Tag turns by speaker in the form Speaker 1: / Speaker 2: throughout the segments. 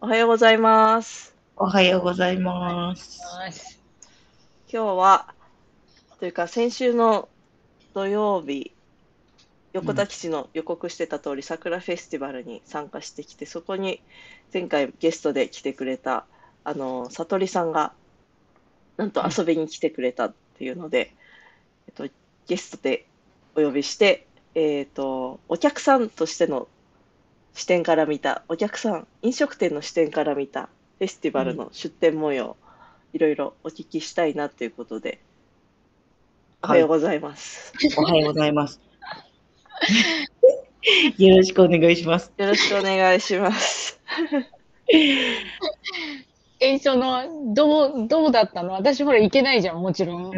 Speaker 1: おはようございます。
Speaker 2: おはようございます。
Speaker 1: 今日は、というか先週の土曜日、横田基地の予告してた通り、桜フェスティバルに参加してきて、そこに前回ゲストで来てくれた、あの、さとりさんが、なんと遊びに来てくれたっていうので、えっと、ゲストでお呼びして、えっと、お客さんとしての視点から見た、お客さん、飲食店の視点から見たフェスティバルの出店模様、いろいろお聞きしたいなということで、おは
Speaker 2: はい
Speaker 1: よう、ございます。
Speaker 2: おはようございます。 よろしくお願いします。
Speaker 1: よろしくお願いします。
Speaker 3: え、その、どう、どうだったの私ほら行けないじゃん、もちろ
Speaker 2: う
Speaker 3: ん。
Speaker 2: ん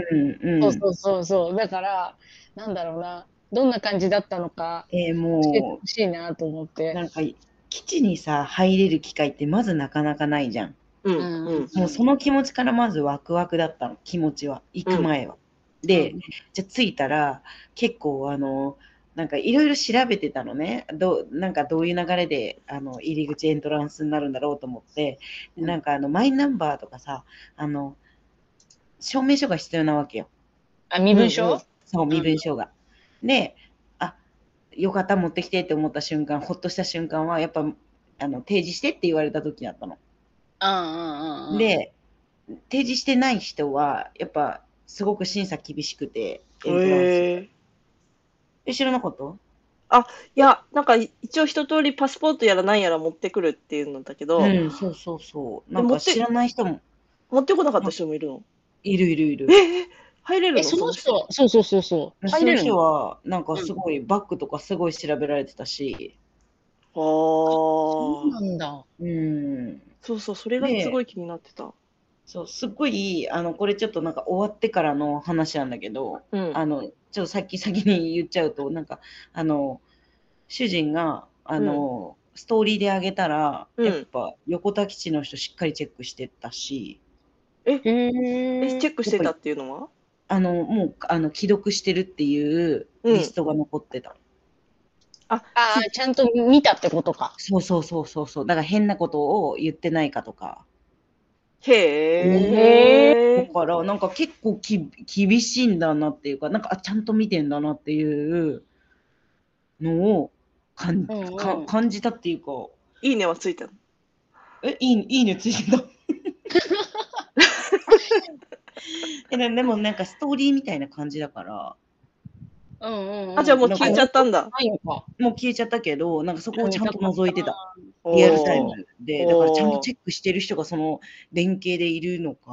Speaker 2: うん。
Speaker 3: そうそうそうそう。だから、なんだろうな。どんな感じだったのか、
Speaker 2: えー
Speaker 3: 教えて
Speaker 2: も
Speaker 3: ほしいなと思っ
Speaker 2: う、な
Speaker 3: て。
Speaker 2: んか、基地にさ、入れる機会ってまずなかなかないじゃん。
Speaker 1: うん、
Speaker 3: う
Speaker 1: う
Speaker 3: ん
Speaker 1: ん、
Speaker 2: もうその気持ちからまずワクワクだったの、気持ちは、行く前は。で、
Speaker 3: うん
Speaker 2: じゃあ着いたら、結構、あの、なんかいろいろ調べてたのね。どうなんかどういう流れであの入り口エントランスになるんだろうと思って、でなんかあのマイナンバーとかさ、あの証明書が必要なわけよ。
Speaker 3: あ、身分証
Speaker 2: そう、身分証が。で、あよかった、持ってきてって思った瞬間、ほっとした瞬間は、やっぱあの提示してって言われた時だったの。
Speaker 3: うんうんうんうん。、
Speaker 2: で、提示してない人は、やっぱすごく審査厳しくて、エントランス
Speaker 1: へー
Speaker 2: え知らなかったう
Speaker 1: いや、なんかい一応一通りパスポートやらなんやら持ってくるっていうのだけど、
Speaker 2: ん、そうそうそう。なん
Speaker 1: 持
Speaker 2: か
Speaker 1: って
Speaker 2: 知らない人も
Speaker 1: 持ってこなかった人もいるの。
Speaker 2: いるいるいる。
Speaker 1: えー入れるの
Speaker 3: え、その人、そうそうそうそう。
Speaker 2: そ
Speaker 3: 入れ
Speaker 2: の
Speaker 3: る
Speaker 2: 日
Speaker 3: の
Speaker 2: は、なんかすごい、バッグとかすごい調べられてたし、
Speaker 3: そう
Speaker 1: ああ、
Speaker 3: なんだ。
Speaker 2: うん、
Speaker 1: そうそう、それがすごい気になってた。
Speaker 2: そう、すっごい、あの、これちょっとなんか終わってからの話なんだけど、
Speaker 1: うん、
Speaker 2: あの、ちょっと先先に言っちゃうと、なんか、あの、主人が、あの、ストーリーであげたら、
Speaker 1: うん
Speaker 2: やっぱ横田基地の人しっかりチェックしてたし、
Speaker 3: へ
Speaker 1: え、
Speaker 3: え
Speaker 1: チェックしてたっていうのは
Speaker 2: あの、もう、あの、既読してるっていう
Speaker 1: うん
Speaker 2: リストが残ってた。
Speaker 3: あー、ちゃんと見たってことか。
Speaker 2: そうそうそうそうそう。だから変なことを言ってないかとか。
Speaker 1: へ
Speaker 2: だ
Speaker 1: え。
Speaker 2: から、なんか結構き厳しいんだなっていうか、なんか、あ、ちゃんと見てんだなっていうのを感
Speaker 3: うんうん
Speaker 2: か感じたっていうか、
Speaker 1: いいねはついたの。
Speaker 2: え、いいいいねついてた。えででもなんかストーリーみたいな感じだから
Speaker 3: うんうんうん。
Speaker 1: あ、じゃあもう聞いちゃったんだ。
Speaker 3: ないのか。
Speaker 2: もう消えちゃったけどなんかそこをちゃんと覗いてた
Speaker 1: おー
Speaker 2: リアルタイムで
Speaker 1: おー
Speaker 2: だからちゃんとチェックしてる人がその連携でいるのか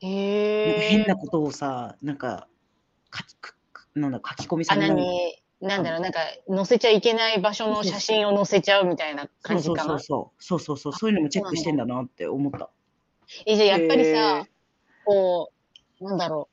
Speaker 2: なんか
Speaker 3: へえ
Speaker 2: 変。なことをさなんか書きくくなんだ書き込みさ
Speaker 3: あ、
Speaker 2: れたり
Speaker 3: 何、なんだろう、なんか、載せちゃいけない場所の写真を載せちゃうみたいな
Speaker 2: そ
Speaker 3: 感
Speaker 2: う
Speaker 3: じ
Speaker 2: そう
Speaker 3: か
Speaker 2: そ
Speaker 3: な
Speaker 2: う。そうそうそうそうそういうのもチェックしてんだなって思った
Speaker 3: え、じゃあやっぱり
Speaker 1: へ
Speaker 3: さ、こう、なんだろ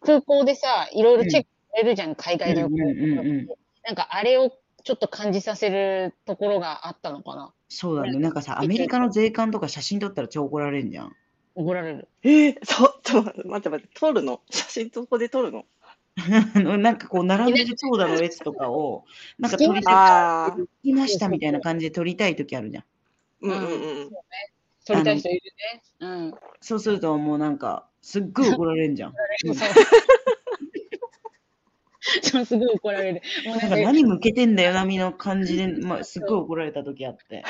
Speaker 3: う、空港でさ、いろいろチェックされるじゃん、海外旅行とかって
Speaker 2: うんうんうんうん
Speaker 3: なんか、あれをちょっと感じさせるところがあったのかな。
Speaker 2: そうだ
Speaker 3: こ
Speaker 2: ね
Speaker 3: れ
Speaker 2: なんかさアメリカの税関とか写真撮ったら超怒られるじゃん
Speaker 3: 怒られる。
Speaker 1: えー、そう、ちょっと待って待って待って、撮るの写真そこで撮るの
Speaker 2: あのなんかこう並んでる長蛇の列とかをなんか撮りた
Speaker 1: ああ、
Speaker 2: いましたみたいな感じで撮りたい時あるじゃん。
Speaker 1: うんうんうん。
Speaker 3: 撮りたい人いるね。うん。
Speaker 2: そうするともうなんかすっご い怒られるじゃん。うん
Speaker 3: そう すごい怒られる。も
Speaker 2: なん
Speaker 3: うな
Speaker 2: か
Speaker 3: んか、
Speaker 2: 何向けてんだよなみの感じで、まあ、すっごい怒られた時あって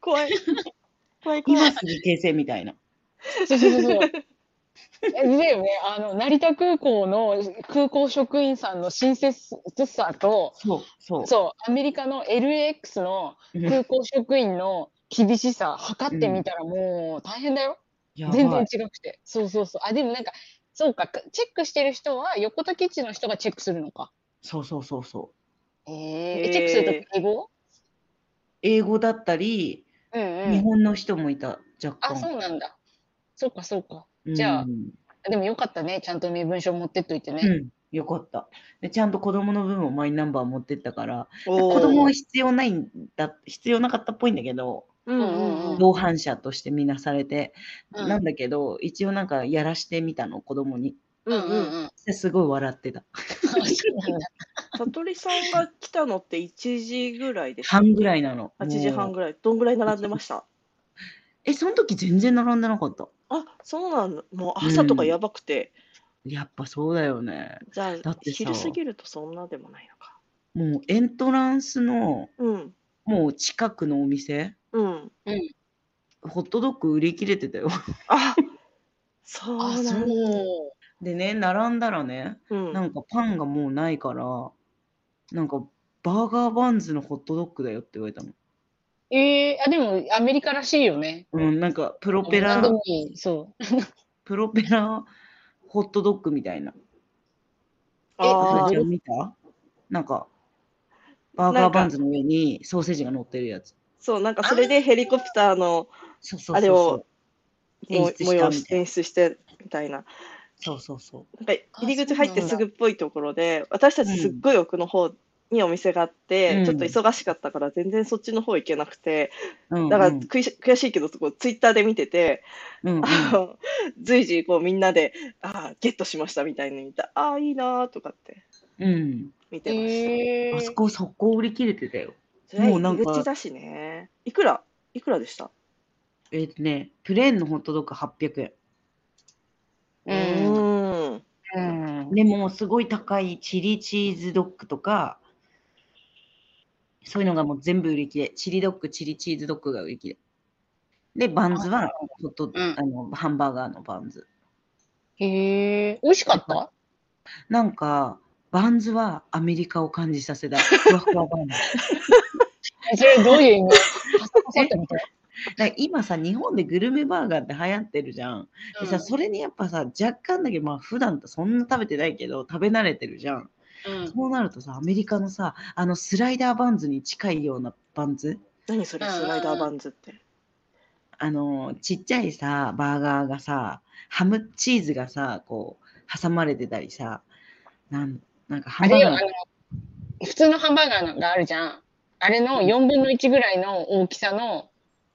Speaker 1: 怖い。 怖い怖
Speaker 2: 今
Speaker 1: い。
Speaker 2: すぐ形成みたいな。
Speaker 3: そうそうそうそう。えだよね、あの成田空港の空港職員さんの親切さと
Speaker 2: そうそう。
Speaker 3: そうアメリカの LAX の
Speaker 2: うん
Speaker 3: 空港職員の厳しさ測ってみたらもう大変だよ、
Speaker 2: やばい
Speaker 3: 全然違くてそうそうそうあでもなんかそうかかチェックしてる人は横田基地の人がチェックするのか
Speaker 2: そうそうそうそう。
Speaker 1: へ
Speaker 3: え
Speaker 1: ー
Speaker 3: チェックすると英語
Speaker 2: 英語だったり、
Speaker 3: うんう
Speaker 2: 日
Speaker 3: ん
Speaker 2: 本の人もいた若干。
Speaker 3: あそうなんだそうかそうか
Speaker 2: うん
Speaker 3: じゃあ
Speaker 2: うん
Speaker 3: でもよかったねちゃんと身分証持ってっといてね、
Speaker 2: よかったで。ちゃんと子供の分もマイナンバー持ってったから、
Speaker 1: おー
Speaker 2: 子供は必要ないんだ、必要なかったっぽいんだけど、
Speaker 1: うんうんうん
Speaker 2: 同伴者として見なされて、
Speaker 3: うん
Speaker 2: なんだけど一応なんかやらしてみたの子供に
Speaker 1: うんうん
Speaker 3: うん
Speaker 2: ですごい笑ってた
Speaker 3: あそうなんだ
Speaker 1: さとりさんが来たのって1時ぐらいでした
Speaker 2: 半ぐらいなの。
Speaker 1: 8時半
Speaker 2: もう
Speaker 1: ぐらい。どんぐらい並んでました
Speaker 2: え、その時全然並んでなかった。
Speaker 1: あ、そうなんだ。もう朝とかやばくて。
Speaker 2: やっぱそうだよね。
Speaker 1: じゃ
Speaker 2: だ
Speaker 1: あ
Speaker 2: っ、てさ
Speaker 1: 昼過ぎるとそんなでもないのか。
Speaker 2: もうエントランスの
Speaker 1: うん。
Speaker 2: もう近くのお店、
Speaker 1: うん。
Speaker 2: ホットドッグ売り切れてたよ。
Speaker 1: あ、そうな
Speaker 3: あ、そ
Speaker 1: んだ。
Speaker 3: う。
Speaker 2: でね、並んだらね、
Speaker 1: うん
Speaker 2: なんかパンがもうないから、なんかバーガーバンズのホットドッグだよって言われたの。
Speaker 3: えー、あ、でも、アメリカらしいよね。
Speaker 2: うん、なんかプロペ
Speaker 3: な
Speaker 2: ラ
Speaker 3: んで、もいい。そう。
Speaker 2: プロペラホットドッグみたいな。
Speaker 1: あー
Speaker 2: あちゃん見たなんか、バーガーバンズの上にソーセージが乗ってるやつ。
Speaker 1: そう、なんかそれでヘリコプターの
Speaker 2: そうそうそうそう。
Speaker 1: あれを
Speaker 2: 演
Speaker 1: も
Speaker 2: 出
Speaker 1: 模
Speaker 2: した
Speaker 1: 様した演
Speaker 2: みいな。
Speaker 1: 出してみたいな。
Speaker 2: そうそうそう。
Speaker 1: なんか入り口入って
Speaker 3: あそう
Speaker 1: す
Speaker 3: なんだ
Speaker 1: ぐっぽいところで、私たちすっごい奥の方にお店があって、
Speaker 2: うん
Speaker 1: ちょっと忙しかったから全然そっちの方行けなくて、
Speaker 2: うんうん
Speaker 1: だから悔し悔しいけど、そこツイッターで見てて、
Speaker 2: うんうん
Speaker 1: あの随時こうみんなで、ああ、ゲットしましたみたいに見た、ああ、いいなーとかって
Speaker 2: うん。
Speaker 1: 見てました。
Speaker 3: えー、
Speaker 2: あそこ、速攻売り切れてたよ。
Speaker 1: それは
Speaker 2: もうなんか
Speaker 1: 入り口だしね。いくら、いくらでした
Speaker 2: えっ、とね、プレーンのホットドッグ800
Speaker 1: う
Speaker 2: 円。
Speaker 3: うん。
Speaker 1: ーん。
Speaker 3: うん。
Speaker 2: でも、すごい高いチリチーズドッグとか、そういうのがもう全部売り切れ。チリドッグ、チリチーズドッグが売り切れ。で、バンズは、ホット、
Speaker 3: うん
Speaker 2: あの、ハンバーガーのバンズ。
Speaker 3: へえー、美味しかった
Speaker 2: なんか、バンズはアメリカを感じさ せた。ふわふわバンズ。
Speaker 3: え それどういう意味パサパサってみたい。
Speaker 2: だから今さ、日本でグルメバーガーって流行ってるじゃん。でさ、それにやっぱさ、若干だけど、まあ、普段とそんな食べてないけど、食べ慣れてるじゃん。
Speaker 3: うん
Speaker 2: そうなるとさ、アメリカのさ、あのスライダーバンズに近いようなバンズ、
Speaker 1: 何それ、スライダーバンズって。
Speaker 2: あの、ちっちゃいさ、バーガーがさ、ハムチーズがさ、こう、挟まれてたりさ、なんなんかハ
Speaker 3: あ
Speaker 2: ンバ
Speaker 3: れ
Speaker 2: ー
Speaker 3: よ、
Speaker 2: ガー
Speaker 3: あの、普通のハンバーガーがあるじゃん。あれの4分の1ぐらいの大きさの、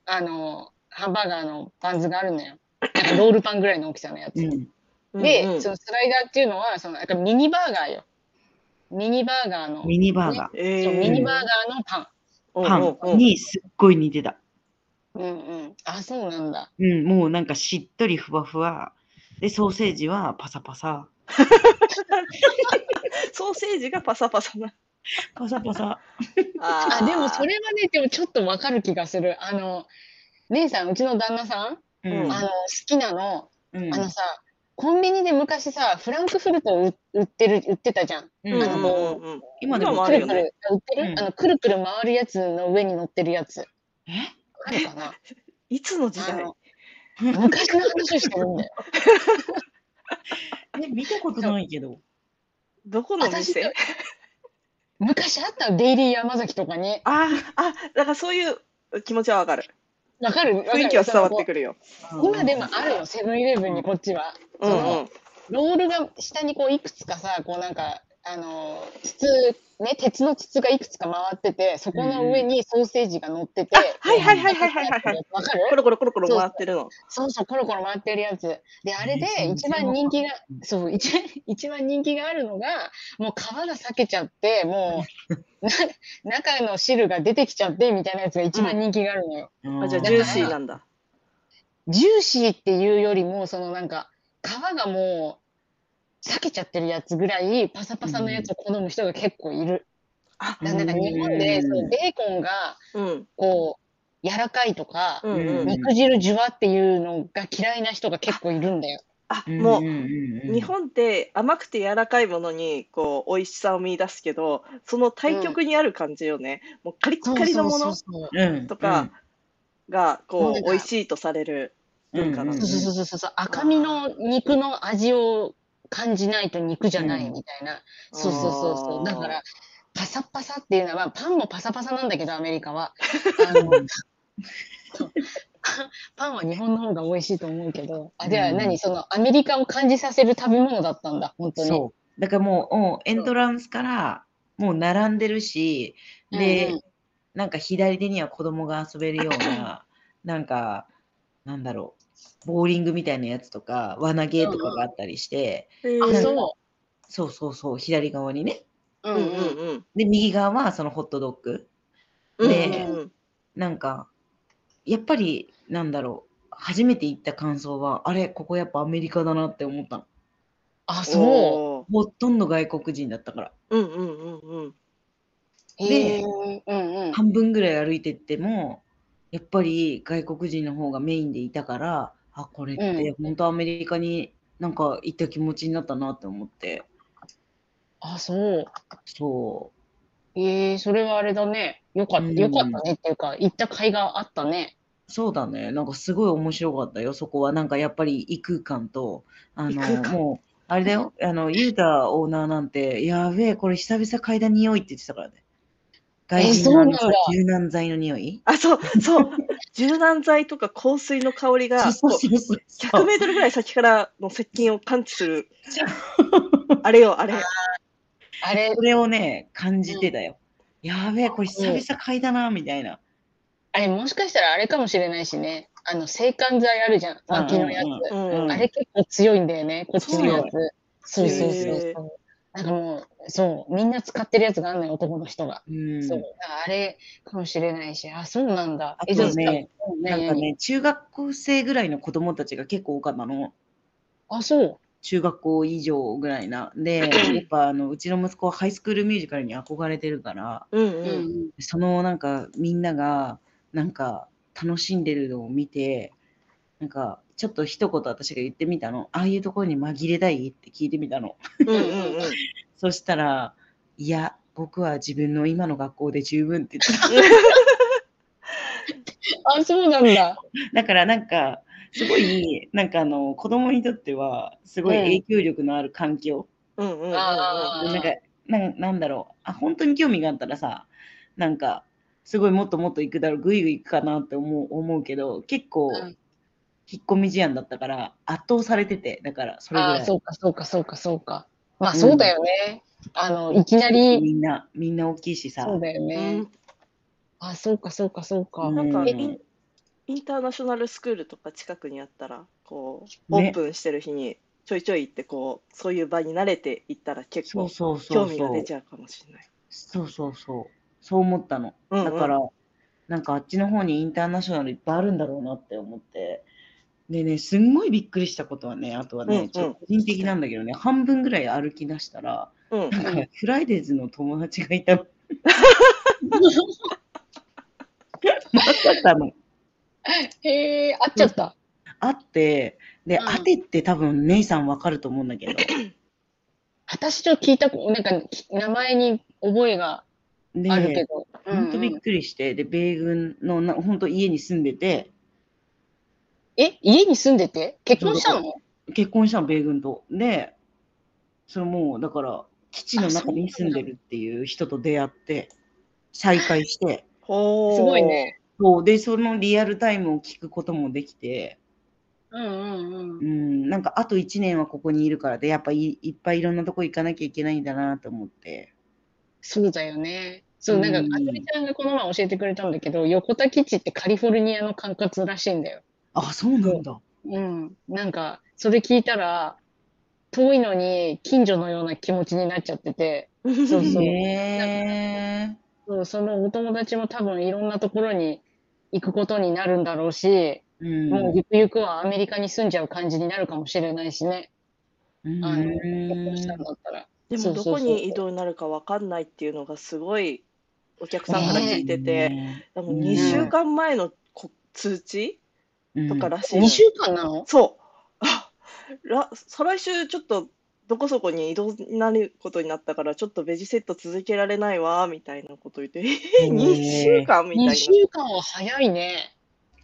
Speaker 3: あの、ハンバーガーのパンズがあるのよ。なんかロールパンぐらいの大きさのやつ。
Speaker 2: のうん、
Speaker 3: で、
Speaker 1: うんうん
Speaker 3: そのスライダーっていうのは、その、なんかミニバーガーよ。ミニバーガーの、
Speaker 2: ミニバーガ
Speaker 1: え
Speaker 3: そう
Speaker 1: ー
Speaker 3: ミニバーガーのパ
Speaker 2: ー、
Speaker 1: うん
Speaker 2: パ
Speaker 1: うんう
Speaker 2: ン
Speaker 1: ん
Speaker 2: にすっごい似てた。
Speaker 3: ン。うんうん。あ、そうなんだ。
Speaker 2: うん、もうなんかしっとりふわふわ。で、ソーセージはパサパサ。
Speaker 1: ソーセージがパサパサな。
Speaker 2: パサパサ。
Speaker 1: あ
Speaker 3: あ、でもそれはね、でもちょっとわかる気がする。あの、姉さん、うちの旦那さん、
Speaker 2: うん
Speaker 1: うん
Speaker 3: あの、好きなの、
Speaker 2: うん
Speaker 3: あのさ、コンビニで昔さ、フランクフルトを売売ってる、売ってたじゃん。
Speaker 2: うん
Speaker 3: あの
Speaker 1: うんうんうん
Speaker 2: 今で
Speaker 1: 今も
Speaker 2: も
Speaker 1: ある
Speaker 3: くる
Speaker 1: よ
Speaker 3: く
Speaker 1: ね
Speaker 3: る、売ってる、
Speaker 2: うん
Speaker 3: あの、くるくる回るやつの上に乗ってるやつ。
Speaker 2: え
Speaker 3: あるかな
Speaker 1: いつ の時
Speaker 3: あ
Speaker 1: 代
Speaker 3: の、昔の話をしてるんだよ。
Speaker 2: え見たことないけど。
Speaker 1: どこの
Speaker 3: 私
Speaker 1: 店
Speaker 3: 昔あったのデイリー山崎とかに。
Speaker 1: ああ、だからそういう気持ちはわかる。
Speaker 3: わかる
Speaker 1: 雰囲気は伝わって
Speaker 3: る。
Speaker 1: くるよ。
Speaker 3: 今でもあるよ、セブンイレブンにこっちは。
Speaker 1: う
Speaker 3: その
Speaker 1: んうん。
Speaker 3: ロールが下にこういくつかさ、こうなんか、あの、筒、ね、鉄の筒がいくつか回ってて、そこの上にソーセージが乗 ってて。
Speaker 1: あはいはいはいはいはいはいはい
Speaker 3: わかる
Speaker 1: コロコロコロコロ回ってるの。
Speaker 3: そうそう、コロコロ回ってるやつ。で、あれ
Speaker 2: え
Speaker 3: で
Speaker 2: ー
Speaker 3: 一番人気が
Speaker 2: うん、
Speaker 3: そう、一番一番人気があるのが、もう皮が裂けちゃって、も う、な中の汁が出てきちゃって、みたいなやつが一番人気があるのよ。
Speaker 2: うん
Speaker 1: あじゃあジューシーなんだ。
Speaker 3: ジューシーっていうよりも、そのなんか、皮がもう、裂けちゃってるやつぐらい、パサパサのやつを好む人が結構いる。
Speaker 1: あ
Speaker 3: だからなんか日本で、そのベーコンが、
Speaker 1: うん
Speaker 3: こう、柔らかいとか、
Speaker 1: うんうん。
Speaker 3: 肉汁ジュワっていうのが嫌いな人が結構いるんだよ。
Speaker 1: あ
Speaker 2: ん
Speaker 1: も
Speaker 2: ん
Speaker 1: う。
Speaker 2: んうん
Speaker 1: 日本って甘くて柔らかいものにこう美味しさを見出すけどその対極にある感じよね、もうカリッカリのも
Speaker 3: そう
Speaker 1: の
Speaker 3: そうそうそう
Speaker 2: うん
Speaker 1: とかがこ
Speaker 3: そうう
Speaker 1: 美味しいとされる文化な
Speaker 2: うんん
Speaker 1: で
Speaker 3: そうそうそうそうそう、赤身の肉の味を感じないと肉じゃないみたいな、そうそうそうそうだからパサパサっていうのは、まあ、パンもパサパサなんだけどアメリカはあの
Speaker 2: うん
Speaker 3: そうパパンは日本の方が美味しいと思うけどあでは
Speaker 2: うん
Speaker 3: 何、そのアメリカを感じさせる食べ物だったんだ本当に
Speaker 2: そうだからもううんエントランスからもう並んでるしで、
Speaker 3: うんうん
Speaker 2: なんか左手には子供が遊べるようななんかなんだろうボーリングみたいなやつとか輪投げとかがあったりして、
Speaker 1: へー
Speaker 2: な
Speaker 3: あ
Speaker 2: んか
Speaker 3: そ
Speaker 2: そうそうそう左側にね
Speaker 3: ううん
Speaker 1: うん
Speaker 3: うん
Speaker 1: うん
Speaker 2: で右側はそのホットドッグ
Speaker 1: うん。
Speaker 2: で
Speaker 1: うんうん
Speaker 2: なんかやっぱりなんだろう初めて行った感想はあれここやっぱアメリカだなって思ったの
Speaker 3: あ、そ
Speaker 1: お
Speaker 2: ほとんど外国人だったから
Speaker 1: ーうんうんうんうん。
Speaker 3: う。
Speaker 2: ーで
Speaker 3: へーうんうん。
Speaker 2: 半分ぐらい歩いてってもやっぱり外国人の方がメインでいたからあこれって本当アメリカになんか行った気持ちになったなって思って
Speaker 3: あ、そう。
Speaker 2: そ
Speaker 3: ええ、それはあれだね。よかった、
Speaker 2: うん
Speaker 3: よかったねっていうか、行った甲斐があったね。
Speaker 2: うそうだねなんかすごい面白かったよそこはなんかやっぱり異空間とあ
Speaker 1: 異
Speaker 2: の
Speaker 1: 空間
Speaker 2: もうあれだよあのユータオーナーなんてやべえこれ久々嗅いだ匂いって言ってたからね外人のあの
Speaker 3: そうなんだ
Speaker 2: 柔軟剤の匂い
Speaker 1: あ、そう、 そう。柔軟剤とか香水の香りが、
Speaker 2: そうそう
Speaker 1: こ
Speaker 2: そうそう
Speaker 1: う100メートルぐらい先からの接近を感知す る。あれよ、あれ。
Speaker 3: あれ
Speaker 2: そ、れをね、感じてたよ。やべえ、これ久々嗅いだな、みたいな。
Speaker 3: あれもしかしたらあれかもしれないしね。あの、制汗剤あるじゃん。脇のや
Speaker 2: うんうん
Speaker 3: つ。
Speaker 1: うん
Speaker 2: うん
Speaker 3: あれ結構強いんだよね。こっちのやつ。そうそうそ
Speaker 1: へー
Speaker 3: うそう。なんかもう、そう、みんな使ってるやつがあんのよ、男の人が。
Speaker 2: うん。
Speaker 3: そう。だからあれかもしれないし、あ、そうなんだ。
Speaker 2: あ
Speaker 3: え、じゃあ
Speaker 2: と、ね、
Speaker 3: そう
Speaker 2: なん
Speaker 3: ね
Speaker 2: かね、中学生ぐらいの子供たちが結構多かったの。
Speaker 3: あ、そう。
Speaker 2: 中学校以上ぐらいな。で、やっぱあのうちの息子はハイスクールミュージカルに憧れてるから、
Speaker 1: うん
Speaker 3: う
Speaker 1: うん。
Speaker 3: ん。
Speaker 2: そのなんかみんなが、なんか楽しんでるのを見て、なんかちょっと一言私が言ってみたの。ああいうところに紛れたいって聞いてみたの。
Speaker 1: うんうんうん。
Speaker 2: そしたら、いや、僕は自分の今の学校で十分って言って
Speaker 3: あ、そうなんだ。
Speaker 2: た。 だからなんか、すごい、なんかあの、子供にとっては、すごい
Speaker 3: うん
Speaker 2: 影響力のある環境。
Speaker 1: うんうんうんうん。
Speaker 3: あー
Speaker 2: なんかなん、なんだろう。あ、本当に興味があったらさ、なんか、すごいもっともっと行くだろう、ぐいぐい行くかなって思う思うけど、結構、
Speaker 3: うん
Speaker 2: 引っ込み思案だったから、圧倒されてて、だから、それぐ
Speaker 3: あ
Speaker 2: ら
Speaker 3: あ、
Speaker 2: い。
Speaker 3: そうか、そうか、そうか、そうか。まあ、
Speaker 2: うん
Speaker 3: そうだよね。あの、いきなり、
Speaker 2: みんな、みんな大きいしさ。
Speaker 3: そうだよね。あ、そうか、そうか、そうか。
Speaker 1: なんか
Speaker 2: う
Speaker 1: インインターナショナルスクールとか近くにあったらこうオ
Speaker 2: ね
Speaker 1: ープンしてる日にちょいちょい行ってこうそういう場に慣れていったら結
Speaker 2: そう
Speaker 1: 構
Speaker 2: そうそ
Speaker 1: 興
Speaker 2: うそう。
Speaker 1: 味が出ちゃうかもしれない。
Speaker 2: そうそうそう。そう思ったの。
Speaker 1: うんうん
Speaker 2: だから、なんかあっちの方にインターナショナルいっぱいあるんだろうなって思って。でね、すんごいびっくりしたことはね、あとは
Speaker 1: うんう
Speaker 2: ね
Speaker 1: ん、
Speaker 2: ちょっと個人的なんだけどね、半分ぐらい歩き出したら、
Speaker 1: うん
Speaker 2: なんかフライデーズの友達がいたの。まさか の。
Speaker 3: へえ、合っちゃった。
Speaker 2: あって、で、
Speaker 3: うん
Speaker 2: あてって多分、姉さんわかると思うんだけど。
Speaker 3: 私ちょっと聞いた、なんか、き名前に覚えが
Speaker 2: で、
Speaker 3: あるけど。うん
Speaker 2: 本当びっくりして、で、米軍のな、本当家に住んでて、
Speaker 3: え、家に住んでて結婚したの
Speaker 2: 結婚したの米軍とでそれもうだから基地の中に住んでるっていう人と出会って再会して
Speaker 1: ほー
Speaker 3: すごいね。
Speaker 2: そうでそのリアルタイムを聞くこともできて
Speaker 3: うんう
Speaker 2: う
Speaker 3: んうん。
Speaker 2: んなんかあと1年はここにいるからでやっぱいいっぱいいろんなとこ行かなきゃいけないんだなと思って
Speaker 3: そうだよね。そう、なんか、
Speaker 2: うん
Speaker 3: あつみちゃんがこの前教えてくれたんだけど、横田基地ってカリフォルニアの管轄らしいんだよ。
Speaker 2: あそうなんだ
Speaker 3: うん。なんか、それ聞いたら、遠いのに近所のような気持ちになっちゃってて、そうそう
Speaker 2: へえ
Speaker 3: そうそのお友達も多分いろんなところに行くことになるんだろうし、
Speaker 2: うん
Speaker 3: もうゆくゆくはアメリカに住んじゃう感じになるかもしれないしね。
Speaker 2: うん
Speaker 3: あの、結婚したんだったら。
Speaker 1: で
Speaker 3: そ
Speaker 1: も
Speaker 3: うそ
Speaker 1: ど
Speaker 3: うそ
Speaker 1: こ
Speaker 3: う
Speaker 1: に移動になるかわかんないっていうのがすごいお客さんから聞いてて、でも2週間前のこ通知
Speaker 2: うん
Speaker 1: とからしいの
Speaker 3: 2週間なの
Speaker 1: そうあ ら再来週ちょっとどこそこに移動になることになったからちょっとベジセット続けられないわみたいなこと言って え2週間みたいな
Speaker 3: ?2 週間は早いね。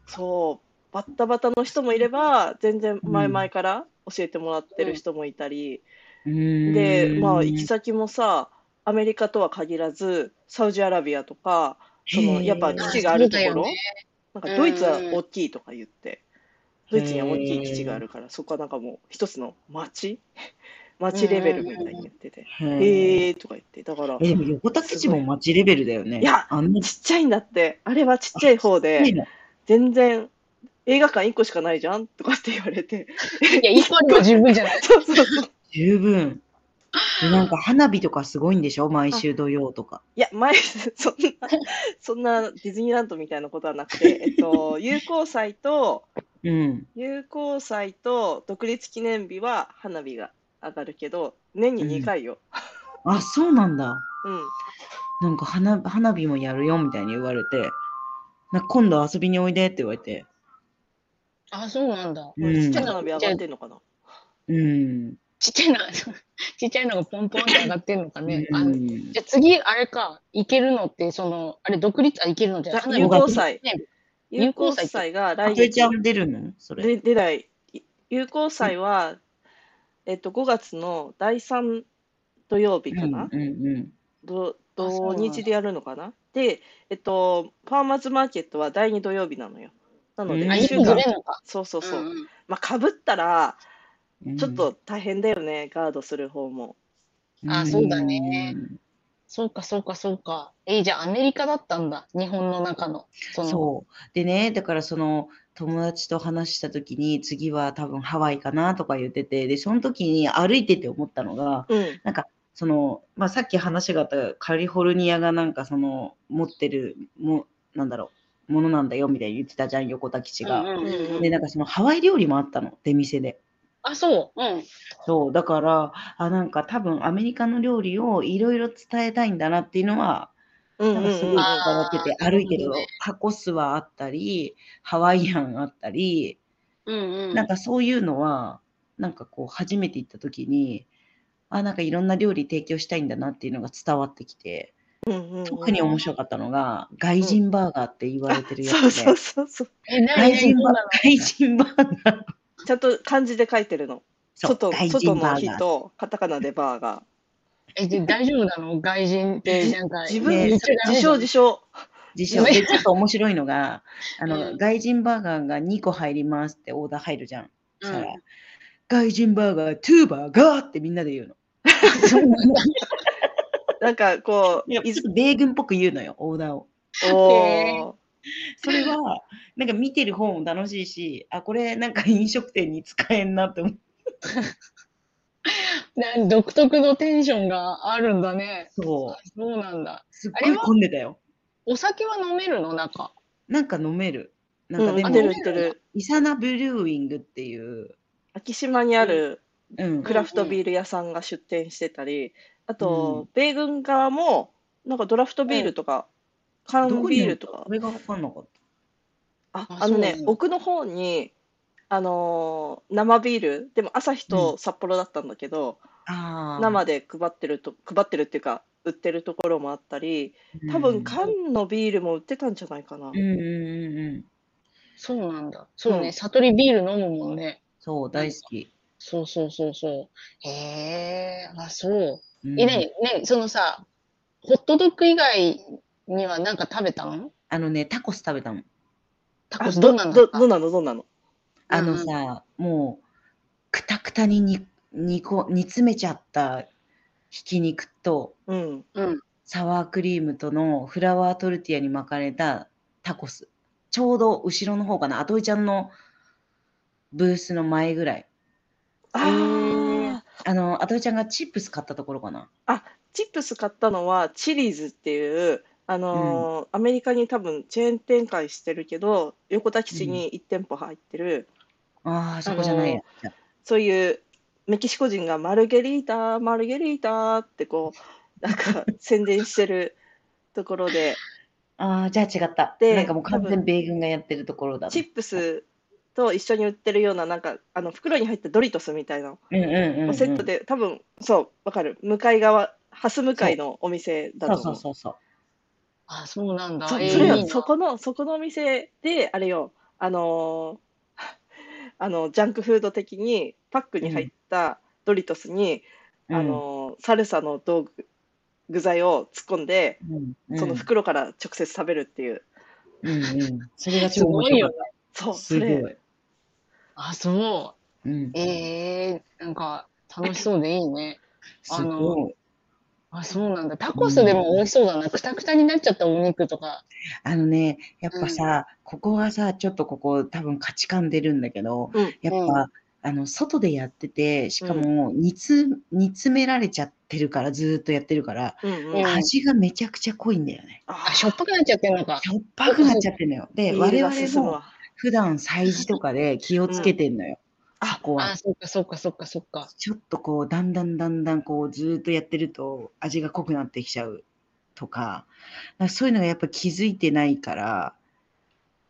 Speaker 1: そうバッタバタの人もいれば全然前々から教えてもらってる人もいたり、
Speaker 2: うん
Speaker 1: でまあ行き先もさアメリカとは限らずサウジアラビアとかそのやっぱ基地があるとこ
Speaker 3: そうだ
Speaker 1: ろ、
Speaker 3: よね
Speaker 1: なんかドイツは大きいとか言って、
Speaker 2: うん
Speaker 1: ドイツには大きい基地があるから、そこはなんかもう一つの町町レベルみたいに言ってて、
Speaker 2: へ
Speaker 1: え
Speaker 2: え
Speaker 1: ーとか言って、だから
Speaker 2: え、
Speaker 1: ち
Speaker 2: でも横田基地も町レベルだよね。
Speaker 1: いや
Speaker 2: あんなちっ
Speaker 1: っちゃいんだって、あれはちっちゃい方
Speaker 2: ちゃい
Speaker 1: で、
Speaker 2: の。
Speaker 1: 全然映画館1個しかないじゃんとかって言われて、
Speaker 3: いや、一個あれば十分じゃない
Speaker 1: そうそうそう、
Speaker 2: 十分。でなんか花火とかすごいんでしょ毎週土曜とか。
Speaker 1: いや、前、 そんな、そんなディズニーランドみたいなことはなくて、えっと、友好祭と、
Speaker 2: うん。
Speaker 1: 友好祭と独立記念日は花火が上がるけど、年に2回よ。
Speaker 2: あ、そうなんだ。
Speaker 1: うん。
Speaker 2: なんか花花火もやるよみたいに言われて、なんか今度遊びにおいでって言われて。
Speaker 3: あ、そうなんだ。
Speaker 1: う、
Speaker 2: うん
Speaker 1: ちっ
Speaker 2: ん
Speaker 1: ちゃい。花火上がってんのかな。
Speaker 2: うん。
Speaker 3: ちっちゃいな、 ちっちゃいのがポンポンって上がってんのかね。
Speaker 2: う
Speaker 3: あの
Speaker 2: ん
Speaker 3: じゃあ次、あれか、行けるのって、その、あれ、独立、あ、行けるのじ
Speaker 1: じ
Speaker 3: ゃ
Speaker 1: ゃ
Speaker 3: な
Speaker 1: あ
Speaker 3: い花火
Speaker 1: 友好祭
Speaker 3: 記念日
Speaker 1: 友
Speaker 3: 友
Speaker 1: 好
Speaker 3: 好祭って
Speaker 1: 祭が
Speaker 2: あ
Speaker 1: 来
Speaker 2: け
Speaker 1: 月
Speaker 2: ちゃん出るのそれ。
Speaker 1: で出ない。い友好祭は、えっと、5月の第3土曜日かな。
Speaker 2: うんうんうん。
Speaker 1: ど
Speaker 3: あそ
Speaker 1: 土
Speaker 3: うなんだ
Speaker 1: 日でやるのかなで、えっと、ファーマーズマーケットは第2土曜日なのよ。なので、
Speaker 2: うん
Speaker 3: あ、
Speaker 1: 一
Speaker 3: 一
Speaker 1: 週
Speaker 3: 個ず
Speaker 1: 間
Speaker 3: れ、んのか。
Speaker 1: そうそうそう。
Speaker 3: んん
Speaker 1: まあ、かぶったら、
Speaker 2: うん
Speaker 1: ちょっと大変だよね、ガードする方も。
Speaker 3: あそうだね。そうか、そうか、そうか。えーじゃあアメリカだったんだ。日本の中の。その
Speaker 2: そう。でね、だからその友達と話した時に次は多分ハワイかなとか言ってて、で、その時に歩いてて思ったのが、
Speaker 1: うん。
Speaker 2: その、まあ、さっき話があったカリフォルニアがなんかその持ってるも、なんだろう、ものなんだよみたいに言ってたじゃん、横田基地
Speaker 3: うん
Speaker 2: が。
Speaker 3: うんうんうん
Speaker 2: で、なんかそのハワイ料理もあったの、出店で。
Speaker 3: あ、そう。うん。
Speaker 2: そう、だから、あ、なんか多分アメリカの料理をいろいろ伝えたいんだなっていうのは、
Speaker 1: うんう
Speaker 2: なん
Speaker 1: ん
Speaker 2: かすごい伝
Speaker 1: うん。
Speaker 2: わってて、
Speaker 3: あー
Speaker 2: 歩いてる
Speaker 3: なるほどね
Speaker 2: タコスはあったり、ハワイアンあったり、
Speaker 3: うんうん。
Speaker 2: なんかそういうのは、なんかこう初めて行った時に、あ、なんかいろんな料理提供したいんだなっていうのが伝わってきて、
Speaker 1: うんうんうん
Speaker 2: 特に面白かったのが、外人バーガーって言われてるや
Speaker 1: そう
Speaker 2: つで
Speaker 1: そう、そうそう。
Speaker 3: え、な
Speaker 2: 外人
Speaker 3: ど
Speaker 2: バ
Speaker 3: う
Speaker 2: ー
Speaker 3: な
Speaker 2: ガー、外人バーガー、
Speaker 1: ちゃんと漢字で書いてるの。
Speaker 2: そう、
Speaker 1: 外
Speaker 2: 外
Speaker 1: 外
Speaker 2: 人
Speaker 1: の
Speaker 2: バ
Speaker 1: 日
Speaker 2: ーガー。
Speaker 1: とカタカナでバーガ
Speaker 3: え、で大丈夫なの外人って、なんか。
Speaker 1: ー。自分、
Speaker 2: ね
Speaker 3: 言っ
Speaker 1: 自
Speaker 3: ちゃダメ
Speaker 1: 自
Speaker 3: じ
Speaker 1: 称
Speaker 3: ゃん
Speaker 1: 自称。
Speaker 2: 自称で、ちょっと面白いのが、あ
Speaker 3: うん
Speaker 2: の、外人バーガーが2個入りますってオーダー入るじゃん。そした
Speaker 3: う
Speaker 2: ら、外人バーガー、トゥーバーガーってみんなで言うの。
Speaker 3: んそうなんだ
Speaker 1: なんかこう、
Speaker 2: いや、
Speaker 1: い
Speaker 2: ち
Speaker 1: ず
Speaker 2: ょっと米軍っぽく言うのよ、オーダーを。
Speaker 1: おー
Speaker 2: それは、なんか見てる方も楽しいし、あ、これなんか飲食店に使えんなって思う。
Speaker 3: な独特のテンションがあるんだね。
Speaker 2: そう。
Speaker 3: そうなんだ。
Speaker 2: すっ
Speaker 3: あ
Speaker 2: ご
Speaker 3: れ
Speaker 2: い
Speaker 3: は
Speaker 2: 混んでたよ。
Speaker 3: お酒は飲めるの中。
Speaker 2: なんか飲める。な
Speaker 1: うん
Speaker 2: か
Speaker 1: ん、
Speaker 2: で
Speaker 1: 売ってる売
Speaker 2: も、
Speaker 1: ってる。
Speaker 2: イサナブルーイングっていう、
Speaker 1: 昭島にある
Speaker 2: うん
Speaker 1: クラフトビール屋さんが出店してたり、あと、米軍側も、なんかドラフトビールとか、
Speaker 2: ど
Speaker 1: 缶
Speaker 2: こに
Speaker 1: ビールとか
Speaker 2: こ、れが分かんなかっ
Speaker 1: あ、
Speaker 3: あ
Speaker 1: あのね
Speaker 3: そうな、んだ
Speaker 1: 奥の方に、あのー生ビール、でも朝日と札幌だったんだけど、
Speaker 2: た。ああ。
Speaker 1: 生で配ってると、配ってるっていうか、売ってるところもあったり、多分缶のビールも売ってたんじゃないかな
Speaker 2: うん。うんうんうん。
Speaker 3: そうなんだ。そう
Speaker 1: う
Speaker 3: ね。
Speaker 1: ん
Speaker 3: 悟りビール飲むもんね。
Speaker 2: そう、大好き。
Speaker 3: そうそうそうそう。へえ、あ、そう。
Speaker 2: うん
Speaker 3: え、ね、ね、そのさ、ホットドッグ以外には何か食べたの
Speaker 2: あのね、タコス食べたの。
Speaker 3: タ
Speaker 1: あ
Speaker 3: コス
Speaker 1: ど
Speaker 3: どんなのだ
Speaker 1: ど
Speaker 3: った
Speaker 1: どうなのどうなの
Speaker 2: あのさ、もう、くたくたにに煮こ煮詰めちゃったひき肉と、
Speaker 1: うん。
Speaker 3: うん。
Speaker 2: サワークリームとのフラワートルティアに巻かれたタコス。ちょうど後ろの方かな、あといちゃんのブースの前ぐらい。
Speaker 1: あー
Speaker 2: あの、あといちゃんがチップス買ったところかな。
Speaker 1: チップス買ったのはチリーズっていう、あのーアメリカに多分チェーン展開してるけど横田基地に1店舗入ってる、
Speaker 2: ああ、そこじゃないや。
Speaker 1: そういうメキシコ人がマルゲリータマルゲリータってこうなんか宣伝して るところで
Speaker 2: ああ、じゃあ違った。
Speaker 1: で
Speaker 2: なんかもう完
Speaker 1: 多
Speaker 2: 全
Speaker 1: 分
Speaker 2: 米軍がやってるところだな。
Speaker 1: チップスと一緒に売ってるようななんかあの袋に入ったドリトスみたいな
Speaker 2: うんうんうん、うん。
Speaker 1: セットで多分そうわかる向かい側ハス向かいのお店だ
Speaker 2: そ
Speaker 1: と思
Speaker 2: うそう
Speaker 1: う。
Speaker 2: そうそう。
Speaker 3: あ、そうなんだ。
Speaker 1: そ
Speaker 3: えー
Speaker 1: それ
Speaker 3: いい
Speaker 1: よ
Speaker 3: な
Speaker 1: そこのそこのお店であれよあのーあのジャンクフード的にパックに入ったドリトスに、
Speaker 2: うん
Speaker 1: あのーサルサの道具具材を突っ込んで、
Speaker 2: うんうん
Speaker 1: その袋から直接食べるっていう
Speaker 2: うんうん、それが
Speaker 3: す
Speaker 2: 超面
Speaker 3: ごい
Speaker 2: 白
Speaker 3: よ
Speaker 2: か
Speaker 3: ね
Speaker 2: っ。
Speaker 1: そう
Speaker 2: た。
Speaker 1: そ
Speaker 2: すご
Speaker 1: れ
Speaker 2: い。
Speaker 3: あ、そ
Speaker 2: うん
Speaker 3: う。、えー、なんか楽しそうでいいね。
Speaker 2: すごい。
Speaker 3: あ、そうなんだ。タコスでも美味しそうだな。くたくたになっちゃったお肉とか。
Speaker 2: あのね、やっぱさ、ここはさ、ちょっとここ多分価値観出るんだけど、
Speaker 1: うん
Speaker 2: やっぱ、
Speaker 3: うん
Speaker 2: あの外でやっててしかも煮つ、煮詰められちゃってるからずーっとやってるから
Speaker 1: うんうん
Speaker 3: ん。
Speaker 2: 味がめちゃくちゃ濃いんだよね。
Speaker 1: あ
Speaker 3: あ、しょっぱくなっちゃってるのか。
Speaker 2: しょっぱくなっちゃってるのよ。で
Speaker 1: ビー
Speaker 2: 我
Speaker 1: ルが
Speaker 2: 々
Speaker 1: 進む
Speaker 2: も
Speaker 1: わ
Speaker 2: 普段催事とかで気をつけてんのよ。
Speaker 1: うん
Speaker 2: そこは
Speaker 3: あ、そっかそっかそっかそっか。
Speaker 2: ちょっとこうだんだんだんだんこうずーっとやってると味が濃くなってきちゃうとかなんかそういうのがやっぱ気づいてないから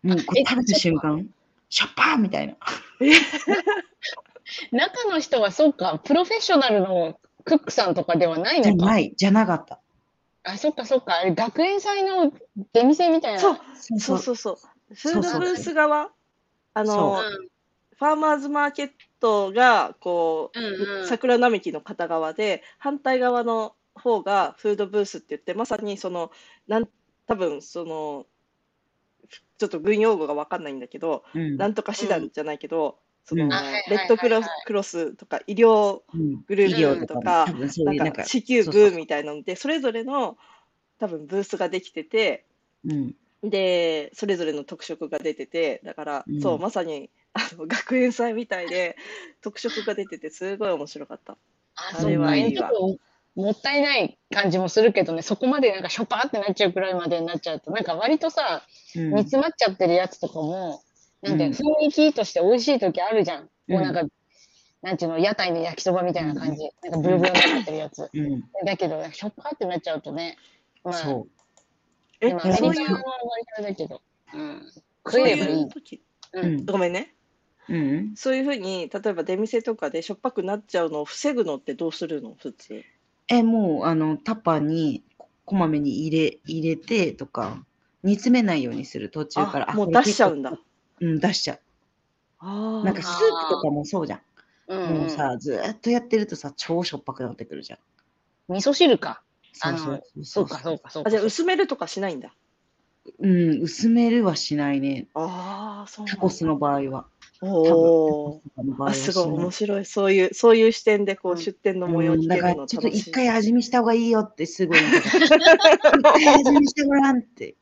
Speaker 2: もうこう
Speaker 3: え
Speaker 2: 食べた瞬間しょっぱーみたいな。
Speaker 3: 中の人はそっか、プロフェッショナルのクックさんとかではない
Speaker 2: じゃ
Speaker 3: のか。
Speaker 2: ないじゃなかった。
Speaker 3: あ、そっかそっか。あれ、学園祭の出店みたい な。
Speaker 1: そう、
Speaker 2: そ
Speaker 1: そ
Speaker 2: う
Speaker 1: うそうそう。フードブース側、あ
Speaker 2: そ
Speaker 1: の
Speaker 2: う、
Speaker 1: ファーマーズマーケットが、こう、
Speaker 3: うんうん
Speaker 1: 桜並木の片側で、反対側の方がフードブースって言って、まさにその、なん多分その、ちょっと軍用語がわかんないんだけど、
Speaker 2: うん
Speaker 1: なんとか師団じゃないけど、そ
Speaker 2: うん
Speaker 1: の、
Speaker 3: あはいはいはいは
Speaker 1: レッ
Speaker 3: い
Speaker 1: ドクロスクロスとか医療
Speaker 2: うん
Speaker 1: グル
Speaker 2: 医
Speaker 1: ー
Speaker 2: 療
Speaker 1: プと
Speaker 2: と
Speaker 1: か
Speaker 2: か、多分そ
Speaker 1: な
Speaker 2: ういうなんんか
Speaker 1: か、支給
Speaker 2: そう
Speaker 1: 部
Speaker 2: そう
Speaker 1: みたいなので、それぞれの多分ブースができてて、
Speaker 2: うん、
Speaker 1: でそれぞれの特色が出ててだから、
Speaker 2: うん
Speaker 1: そうまさにあの学園祭みたいで特色が出ててすごい面白かった
Speaker 3: あ、
Speaker 2: あ
Speaker 3: そ
Speaker 2: れ
Speaker 3: う
Speaker 2: は
Speaker 3: か。
Speaker 2: い
Speaker 1: い
Speaker 3: ちょ
Speaker 1: わ
Speaker 3: っともったいない感じもするけどね、そこまでなんかショパーってなっちゃうくらいまでになっちゃうと、なんか割とさ、
Speaker 2: うん
Speaker 3: 煮詰まっちゃってるやつとかも、なんていうの雰囲気として美味しい時あるじゃん。
Speaker 2: うん
Speaker 3: もうなんか、なんていうの、屋台の焼きそばみたいな感じ。なんかブルブルになってるやつ。
Speaker 2: うん、
Speaker 3: だけど、なんかショパーってなっちゃうとね、まあ、
Speaker 2: そう。
Speaker 1: え
Speaker 3: でもア
Speaker 2: いや
Speaker 3: メリカ
Speaker 1: そう
Speaker 3: は割
Speaker 1: い
Speaker 3: と
Speaker 1: う
Speaker 3: あれだけど、うん、
Speaker 1: そ
Speaker 3: 食
Speaker 1: う
Speaker 3: えばい
Speaker 1: い。
Speaker 3: いう
Speaker 1: 時
Speaker 3: う
Speaker 2: うんん、
Speaker 1: ごめんね
Speaker 2: うん、
Speaker 1: そういうふうに例えば出店とかでしょっぱくなっちゃうのを防ぐのってどうするの普通
Speaker 2: え、もう、あの、タッパーにここまめに入れ、入れてとか、煮詰めないようにする途中から。。
Speaker 1: あもう出しちゃうんんだ
Speaker 2: うん、出しちゃ
Speaker 1: あ
Speaker 2: う。
Speaker 1: ー
Speaker 2: なんかスープとかもそうじゃん。
Speaker 3: うん
Speaker 2: もうさ、ずーっとやってるとさ、超しょっぱくなってくるじゃん。
Speaker 3: 味噌汁か。
Speaker 2: そうそうそう
Speaker 3: そうか、そうか、そう
Speaker 1: あ
Speaker 3: か
Speaker 1: じ。ゃあ薄めるとかしないんだ
Speaker 2: うん、薄めるはしないね。
Speaker 1: ああそうなん
Speaker 2: タ
Speaker 1: だ
Speaker 2: コスの場合は。
Speaker 1: おー
Speaker 2: タコスとかの場合
Speaker 1: あ
Speaker 2: は
Speaker 1: すごい
Speaker 2: しない
Speaker 1: 面白いそういうそういう視点でこう、
Speaker 3: うん
Speaker 1: 出店の模様を
Speaker 2: うん
Speaker 1: 聞け
Speaker 2: だ
Speaker 1: る
Speaker 2: から
Speaker 1: の楽し
Speaker 2: ち
Speaker 1: い
Speaker 2: ょっと一回味見した方がいいよってすごい なんか一回味見してごらんって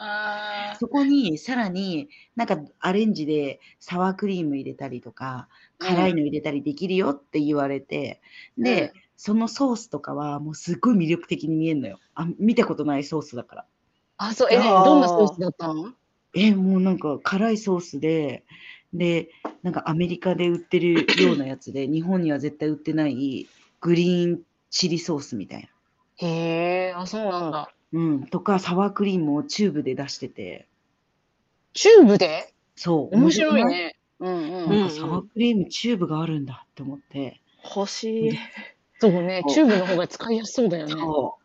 Speaker 3: あ
Speaker 2: そこにさらになんかアレンジでサワークリーム入れたりとか
Speaker 3: うん
Speaker 2: 辛いの入れたりできるよって言われて、
Speaker 3: うん
Speaker 2: でそのソースとかはもうすごい魅力的に見えるのよあ見たことないソースだから
Speaker 3: あ、そう、え、
Speaker 1: あー
Speaker 3: 何どんなソースだったの
Speaker 2: えもうなんか辛いソースででなんかアメリカで売ってるようなやつで日本には絶対売ってないグリーンチリソースみたいな
Speaker 3: へえ、あ、そうなんだ。
Speaker 2: うん、とかサワークリームをチューブで出してて
Speaker 3: チューブで
Speaker 2: そう
Speaker 3: 面白い
Speaker 2: く
Speaker 3: ね。うんう
Speaker 2: ない
Speaker 3: ん。
Speaker 2: なんかサワークリームチューブがあるんだって思って、
Speaker 1: 欲しい
Speaker 3: そうね、
Speaker 2: そう
Speaker 3: チューブの方が使いやすそうだよね。
Speaker 2: そ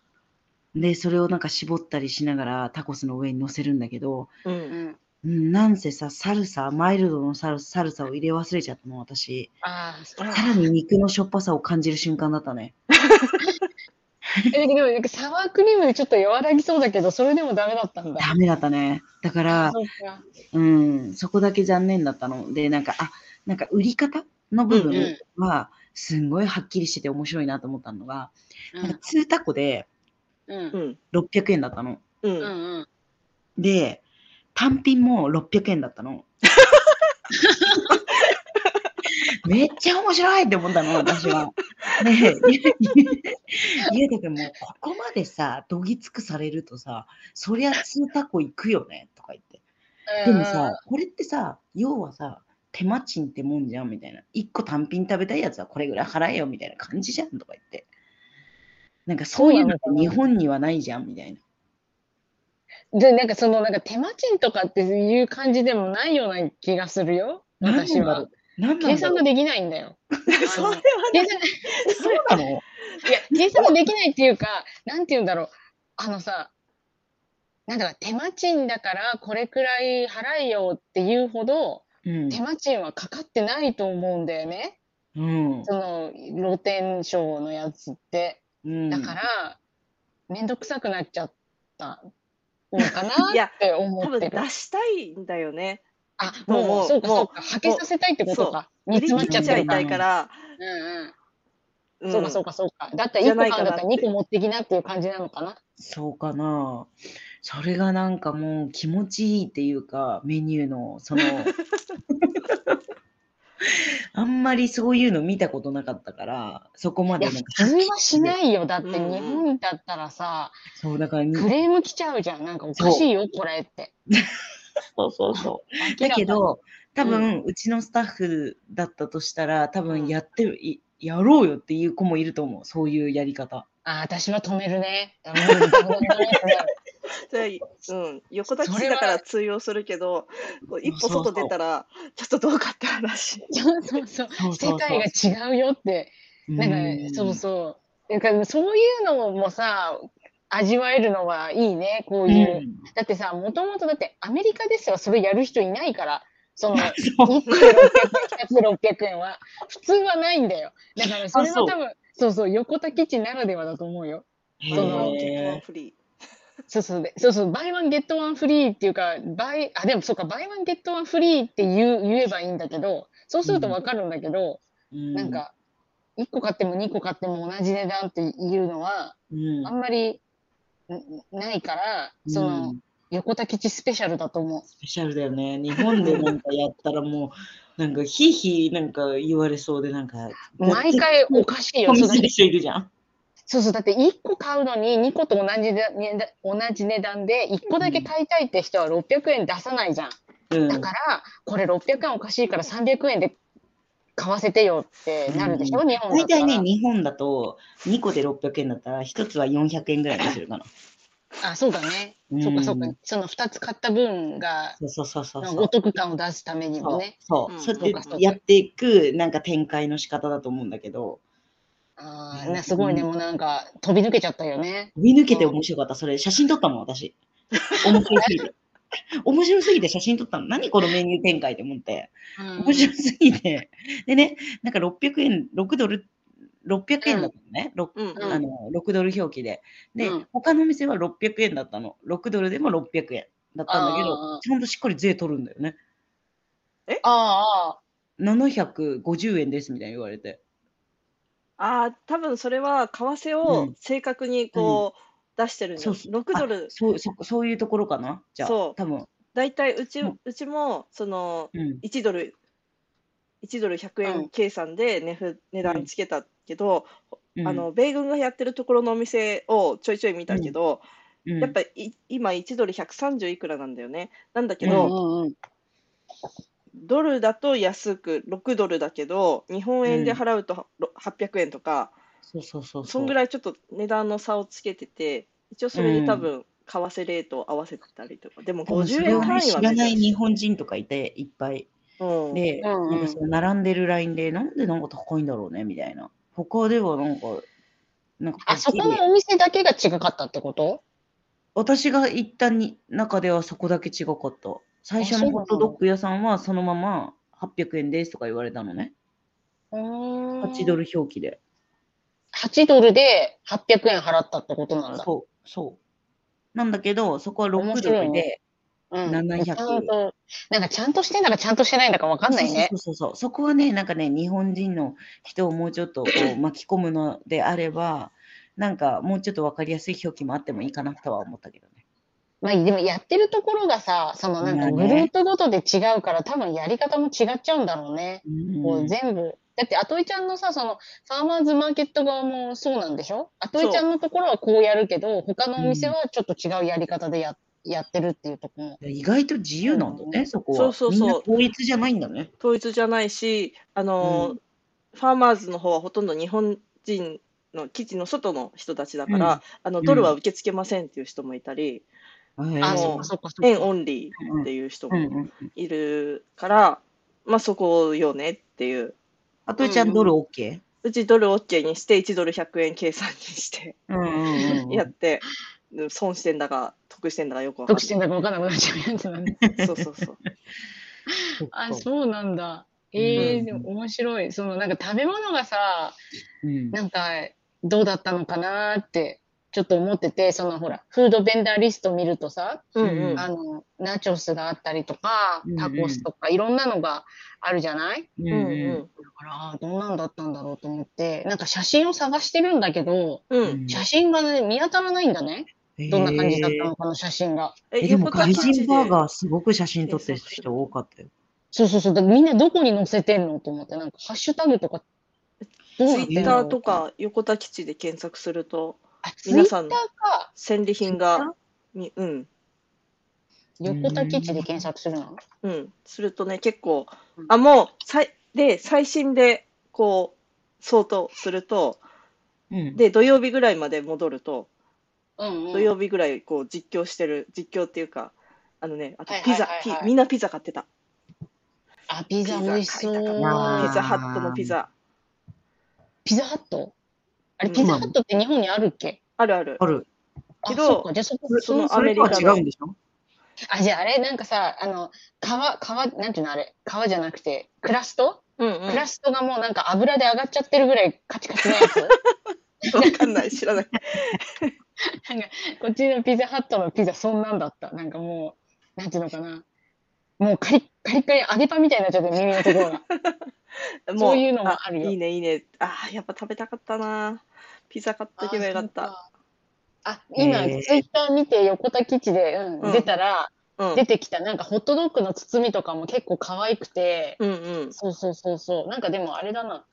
Speaker 2: うでそれをなんか絞ったりしながらタコスの上に乗せるんだけど、
Speaker 1: う
Speaker 3: うんん。
Speaker 2: うん、なんせさサルサマイルドのサルサルサを入れ忘れちゃったの私
Speaker 3: ああ、そう。
Speaker 2: さらに肉のしょっぱさを感じる瞬間だったね
Speaker 3: え、でも、なんかサワークリームでちょっと和らぎそうだけど、それでもダメだったんだ。
Speaker 2: ダメだったねだから
Speaker 3: そうか。
Speaker 2: うん、そこだけ残念だったので、なんか、あ、なんか売り方の部
Speaker 1: うん
Speaker 3: う
Speaker 2: 分は、すんごいはっきりしてて面白いなと思ったのが、
Speaker 3: う
Speaker 2: なんか
Speaker 3: ん。
Speaker 2: 2タコで
Speaker 3: うん。
Speaker 1: うん
Speaker 2: 600円だったの。
Speaker 1: うん、
Speaker 3: うんうん。
Speaker 2: で、単品も600円だったの。めっちゃ面白いって思ったの、私は。ねえ、家だけどもう、ここまでさ、どぎつくされるとさ、そりゃ2タコ行くよね、とか言って。でもさ、これってさ、要はさ、手間賃ってもんじゃんみたいな。一個単品食べたいやつはこれぐらい払えよみたいな感じじゃんとか言って。なんかそういうのって
Speaker 3: そうなのか
Speaker 2: 日
Speaker 3: な
Speaker 2: 本にはないじゃんみたいな。
Speaker 3: うん。で、なんかその、なんか手間賃とかっていう感じでもないような気がするよ。私
Speaker 2: なんだろ
Speaker 3: は
Speaker 2: う。。なんなん
Speaker 3: 計
Speaker 2: だ
Speaker 3: 算
Speaker 2: ろ
Speaker 3: が
Speaker 2: う
Speaker 3: できないんだよ。
Speaker 1: それはね
Speaker 3: 計算
Speaker 2: そうなの
Speaker 3: いや、計算ができないっていうか、なんて言うんだろう。あのさ、なんだか手間賃だからこれくらい払えよっていうほど、
Speaker 2: うん
Speaker 3: 手間賃はかかってないと思うんだよね。
Speaker 2: うん
Speaker 3: その露天商のやつって。
Speaker 2: うん。
Speaker 3: だから、めんどくさくなっちゃったのかな
Speaker 1: いや
Speaker 3: って思
Speaker 1: 多
Speaker 3: っ
Speaker 1: 分
Speaker 3: て
Speaker 1: 出
Speaker 3: る。
Speaker 1: した いんだよね。
Speaker 3: あ、
Speaker 1: もう
Speaker 3: もう、そうか、
Speaker 1: もう
Speaker 3: そうか。はけさせたいってことか。煮
Speaker 1: 売り
Speaker 3: 詰まっ
Speaker 1: 切
Speaker 3: ちゃ
Speaker 1: っ
Speaker 3: っ
Speaker 1: ちゃ
Speaker 3: てる
Speaker 1: い
Speaker 3: か
Speaker 1: た
Speaker 3: ら。
Speaker 1: いから。
Speaker 3: うんうん。
Speaker 1: ん
Speaker 3: そうか、そうか、そうか。だったら
Speaker 1: じ
Speaker 3: 1
Speaker 1: ゃ
Speaker 3: 個
Speaker 1: ないか
Speaker 3: 買うん
Speaker 1: なっ
Speaker 3: だってたら2個持ってきなっていう感じなのかな。
Speaker 2: そうかな。それがなん かもう気持ちいいっていうか、メニューのその、あんまりそういうの見たことなかったから、そこま
Speaker 3: い
Speaker 2: で
Speaker 3: や、
Speaker 2: なん
Speaker 3: 普
Speaker 2: か、
Speaker 3: 通はしないよ。だって
Speaker 1: うん
Speaker 3: 日本だったらさ、
Speaker 2: そう、だからに、
Speaker 3: クレーム来ちゃうじゃん。なんかおかしいよ、これって。
Speaker 1: そうそうそ
Speaker 2: だけど、多
Speaker 1: う
Speaker 2: 分、うちのスタッフだったとしたら、多分やってる、いやろうよっていう子もいると思う、そういうやり方。
Speaker 3: あ、私は止めるね。あ無理無理無理無理無理
Speaker 1: う。 で、うん、横抱き
Speaker 3: そ
Speaker 1: し
Speaker 3: れ
Speaker 1: だ
Speaker 3: は
Speaker 1: から通用するけど、こう一
Speaker 2: そ
Speaker 1: 歩
Speaker 2: うそう
Speaker 1: 外出たら、ちょっとどうかって話。
Speaker 3: そうそうそ
Speaker 2: そうそ
Speaker 3: う。
Speaker 2: うそ
Speaker 3: 世
Speaker 2: う
Speaker 3: 界が違うよって。なんか、そうそう。なんかそういうのもさ、味わえるのはいいね、こ
Speaker 2: う
Speaker 3: ういう。
Speaker 2: ん
Speaker 3: だってさ、もともとだってアメリカですらそれやる人いないから、そ の、
Speaker 2: そう
Speaker 3: 1個600円、2つ600円は、普通はないんだよ。だからそれは
Speaker 2: あそう
Speaker 3: 多分、そうそう、横田基地ならではだと思うよ。
Speaker 2: へ
Speaker 3: その
Speaker 1: ワン
Speaker 2: ー
Speaker 1: フリ
Speaker 3: そうそう、でそうそう、バイワンゲットワンフリーっていうか、バイ、あ、でもそうか、バイワンゲットワンフリーって言う言えばいいんだけど、そうするとわかるんだけど、
Speaker 2: うん
Speaker 3: なんか、1個買っても2個買っても同じ値段っていうのは、
Speaker 2: うん
Speaker 3: あんまりんないから、その、
Speaker 2: うん
Speaker 3: 横田基地スペシャルだと思う。
Speaker 2: スペシャルだよね。日本でなんかやったらもう、なんかひいひいなんか言われそうで、なんか、
Speaker 3: 毎回おかしいよ。
Speaker 2: お
Speaker 3: そうだっ
Speaker 2: 店
Speaker 3: て
Speaker 2: で人いるじゃん。
Speaker 3: そうそう、だって1個買うのに2個と同じでねだ同じ値段で1個だけ買いたいって人は600円出さないじゃん。
Speaker 2: うん、
Speaker 3: だから、これ600円おかしいから300円で買わせてよってなるでしょ、
Speaker 2: う
Speaker 3: 日本だ
Speaker 2: 大
Speaker 3: ったら。
Speaker 2: 体ね、日本だと2個で600円だったら、1つは400円ぐらいにするかな。
Speaker 3: あ、そうだね。
Speaker 2: うん
Speaker 3: そうかそうか。その2つ買った分が、
Speaker 2: そうそうそうそうそう
Speaker 3: お。得感を出すためにもね。
Speaker 2: そう、
Speaker 1: うん
Speaker 2: そう
Speaker 3: そう
Speaker 2: や
Speaker 3: か
Speaker 2: っ
Speaker 3: そうか
Speaker 2: てやっていくなんか展開の仕方だと思うんだけど、
Speaker 3: あ
Speaker 2: うん
Speaker 3: あ、すごいね。もうなんか飛び抜けちゃったよね。
Speaker 2: 飛び抜けて面白かった。それ写真撮ったもん、私。面白すぎ て。面白すぎて写真撮ったの。何このメニュー展開って思って。
Speaker 3: うん
Speaker 2: 面白すぎて。でね、なんか600円、6ドル、600円だったのね。ろ
Speaker 1: ー。うん
Speaker 3: うん
Speaker 2: あの6ドル表記で。で、
Speaker 3: うん
Speaker 2: 他の店は600円だったの。6ドルでも600円だったんだけ
Speaker 3: あ
Speaker 2: ど
Speaker 3: ー、
Speaker 2: ちゃんとしっかり税取るんだよね。
Speaker 3: あ
Speaker 2: 750円ですみたいに言われて。
Speaker 1: ああ、多分それは為替
Speaker 2: う
Speaker 1: を
Speaker 2: ん
Speaker 1: 正確にこう出してるんだ。
Speaker 2: そうそう
Speaker 1: 6ドル
Speaker 2: あ。そうそそういうところかなじゃあ
Speaker 1: そう
Speaker 2: 多分、
Speaker 1: だいたいうち
Speaker 2: うん
Speaker 1: うちもその
Speaker 2: うん、
Speaker 1: 1ドル1ドル100
Speaker 3: う
Speaker 1: 円
Speaker 3: ん
Speaker 1: 計算で値ふ値段つけたけど、
Speaker 2: うん
Speaker 1: あの米軍がやってるところのお店をちょいちょい見たけど、
Speaker 2: うん
Speaker 1: やっぱり今1ドル130いくらなんだよねなんだけ
Speaker 3: あ。うん
Speaker 1: ど、
Speaker 3: うんうん。
Speaker 1: ドルだと安く6ドルだけど日本円で払うとろ800円とか、
Speaker 2: そうそうそう
Speaker 1: そんぐ
Speaker 2: い
Speaker 1: らいちょっと値段の差をつけてて一応それ
Speaker 2: うん
Speaker 1: に多分為替レートを合わせてたりとかでも
Speaker 2: そ
Speaker 1: 50
Speaker 2: れ
Speaker 1: 円
Speaker 2: をね
Speaker 1: 単位
Speaker 2: 知
Speaker 1: は
Speaker 2: ら
Speaker 1: ね
Speaker 2: ない日本人とかいていっぱい
Speaker 1: うん、
Speaker 2: で、
Speaker 3: うんうん
Speaker 2: なんかその並んでるラインでなんでなんか高いんだろうねみたいな他ではなんかなんか
Speaker 3: あそこのお店だけが違かったってこと
Speaker 2: 私が行ったに中ではそこだけ違かった最初
Speaker 3: あそう
Speaker 2: のホ
Speaker 3: なの
Speaker 2: ットドッグ屋さんはそのまま800円ですとか言われたのね
Speaker 3: 8
Speaker 2: 8ド
Speaker 3: ル。
Speaker 2: ル表記で
Speaker 3: 8ドルで800円払ったってことなんだ。
Speaker 2: そうそうなんだけどそこは6ド
Speaker 3: 面白い
Speaker 2: ル
Speaker 3: ね
Speaker 2: で
Speaker 3: うん、
Speaker 2: 700
Speaker 3: ちゃんと、なんかちゃんとしてんだかちゃんとしてないんだかわかん ないね。
Speaker 2: そうそうそうそう。そこはね、なんかね、日本人の人をもうちょっとこ う巻き込むのであれば、なんかもうちょっと分かりやすい表記もあってもいいかなとは思ったけどね。
Speaker 3: まあでもやってるところがさ、そのなん
Speaker 2: まあ
Speaker 3: か
Speaker 2: ね
Speaker 3: グループごとで違うから、多分やり方も違っちゃうんだろうね。こう全部。だって、アトイちゃんのさ、その、ファーマーズマーケット側もそうなんでしょアトイちゃんのところはこうやるけど、他のお店はちょっと違うやり方でや,、やってるっていうところも。
Speaker 2: 意外と自由なんだね、そこは。
Speaker 1: そうそうそう
Speaker 2: みんな統一じゃないんだね。
Speaker 1: 統一じゃないしあのー、
Speaker 2: う
Speaker 1: ファーマーズの方はほとんど日本人の基地の外の人たちだから、
Speaker 2: うん
Speaker 1: あ
Speaker 2: う
Speaker 1: の
Speaker 2: ん
Speaker 1: ドルは受け付けませんっていう人もいたり、
Speaker 3: あ、
Speaker 1: の
Speaker 3: そっかそっかそっ
Speaker 1: 円
Speaker 3: か。
Speaker 1: オンリーっていう人
Speaker 2: うんう
Speaker 1: も
Speaker 2: ん、
Speaker 1: いるから、まあそこよねっていう
Speaker 2: あとえちゃん、ドル OK?
Speaker 1: うちドル OK にして1ドル100円計算にして
Speaker 2: うんうんうん
Speaker 1: やって、うん損してんだか得してんだかよくわかん
Speaker 3: 得
Speaker 1: な
Speaker 3: してんだかわかんなくなっちゃうやつなんだ
Speaker 1: い。そうそうそう。
Speaker 2: そっか
Speaker 3: あ、そうなんだ。ええ
Speaker 2: うん
Speaker 3: でも面白い。そのなんか食べ物がさ、
Speaker 2: うん
Speaker 3: なんかどうだったのかなってちょっと思ってて、そのほら、フードベンダーリスト見るとさ、
Speaker 1: うん
Speaker 2: う
Speaker 1: うんん。
Speaker 3: あの、ナチョスがあったりとか
Speaker 2: うんうん、
Speaker 3: タコスとか、いろんなのがあるじゃない
Speaker 2: うん
Speaker 1: うん
Speaker 2: うん
Speaker 3: だから、あーどんなんだったんだろうと思って、なんか写真を探してるんだけど、
Speaker 1: うん。う
Speaker 2: うん
Speaker 1: ん。
Speaker 3: 写真がね、見当たらないんだね。どんな感じだったのかの写真が。
Speaker 1: え
Speaker 2: えでも
Speaker 1: 横田
Speaker 2: 外
Speaker 1: 基地
Speaker 2: 人
Speaker 1: で
Speaker 2: バーガーすごく写真撮ってる人多かったよ。
Speaker 3: そうそうそう。だからみんなどこに載せてんのと思って、なんかハッシュタグとか、どう
Speaker 1: ツ
Speaker 3: なってんの
Speaker 1: イッターと。か横田基地で検索すると
Speaker 3: あ、ツイ
Speaker 1: 皆
Speaker 3: ッタ
Speaker 1: さ
Speaker 3: ー
Speaker 1: んの
Speaker 3: か。
Speaker 1: 戦利品がみうん
Speaker 3: 横田基地で検索するの
Speaker 1: うんするとね結構
Speaker 2: うん
Speaker 1: あもうさいで最新でこう相当すると
Speaker 2: うん
Speaker 1: で土曜日ぐらいまで戻ると
Speaker 3: うんうん。
Speaker 1: 土曜日ぐらいこう実況してる実況っていうかあのねあと
Speaker 3: はいはい
Speaker 1: ピ
Speaker 3: はい
Speaker 1: ザ
Speaker 3: はい
Speaker 1: ピみんなピザ買ってた
Speaker 3: あ、ピザ
Speaker 1: ピ
Speaker 3: 美
Speaker 1: ザ
Speaker 3: 味しそう。
Speaker 1: 買いたか
Speaker 2: った
Speaker 1: ピ
Speaker 2: あー
Speaker 1: ザハットのピザ
Speaker 3: ピザハットあれ、
Speaker 1: うん
Speaker 3: ピザハットって日本にあるっけ
Speaker 1: あるある
Speaker 2: ある。
Speaker 3: あ、
Speaker 1: けど
Speaker 3: そっか、じゃあそこ、
Speaker 1: そ
Speaker 3: そ
Speaker 1: の
Speaker 3: の、
Speaker 2: それとは違うんでしょ
Speaker 3: あ、じゃああれ、なんかさ、あの、皮、皮、なんていうのあれ、皮じゃなくて、クラスト、
Speaker 1: うんうん
Speaker 3: クラストがもうなんか油で揚がっちゃってるぐらいカチカチのやつ
Speaker 1: わかんない知らない
Speaker 3: こっちのピザハットのピザそんなんだった。なんかもう、なんていうのかな。もうカリッカリッカリ揚げパンみたいになっちゃってる耳のところ が。
Speaker 1: も
Speaker 3: そういうのもあるよ
Speaker 1: いいねいいねあーやっぱ食べたかったなピザ買っとけばよかった
Speaker 3: あ、今、
Speaker 2: へー
Speaker 3: ツイッター見て横田基地で、うん
Speaker 1: うん
Speaker 3: 出たら、
Speaker 1: うん
Speaker 3: 出てきたなんかホットドッグの包みとかも結構可愛くて、
Speaker 1: うんうん
Speaker 3: そうそうそうそう。なんかでもあれだな。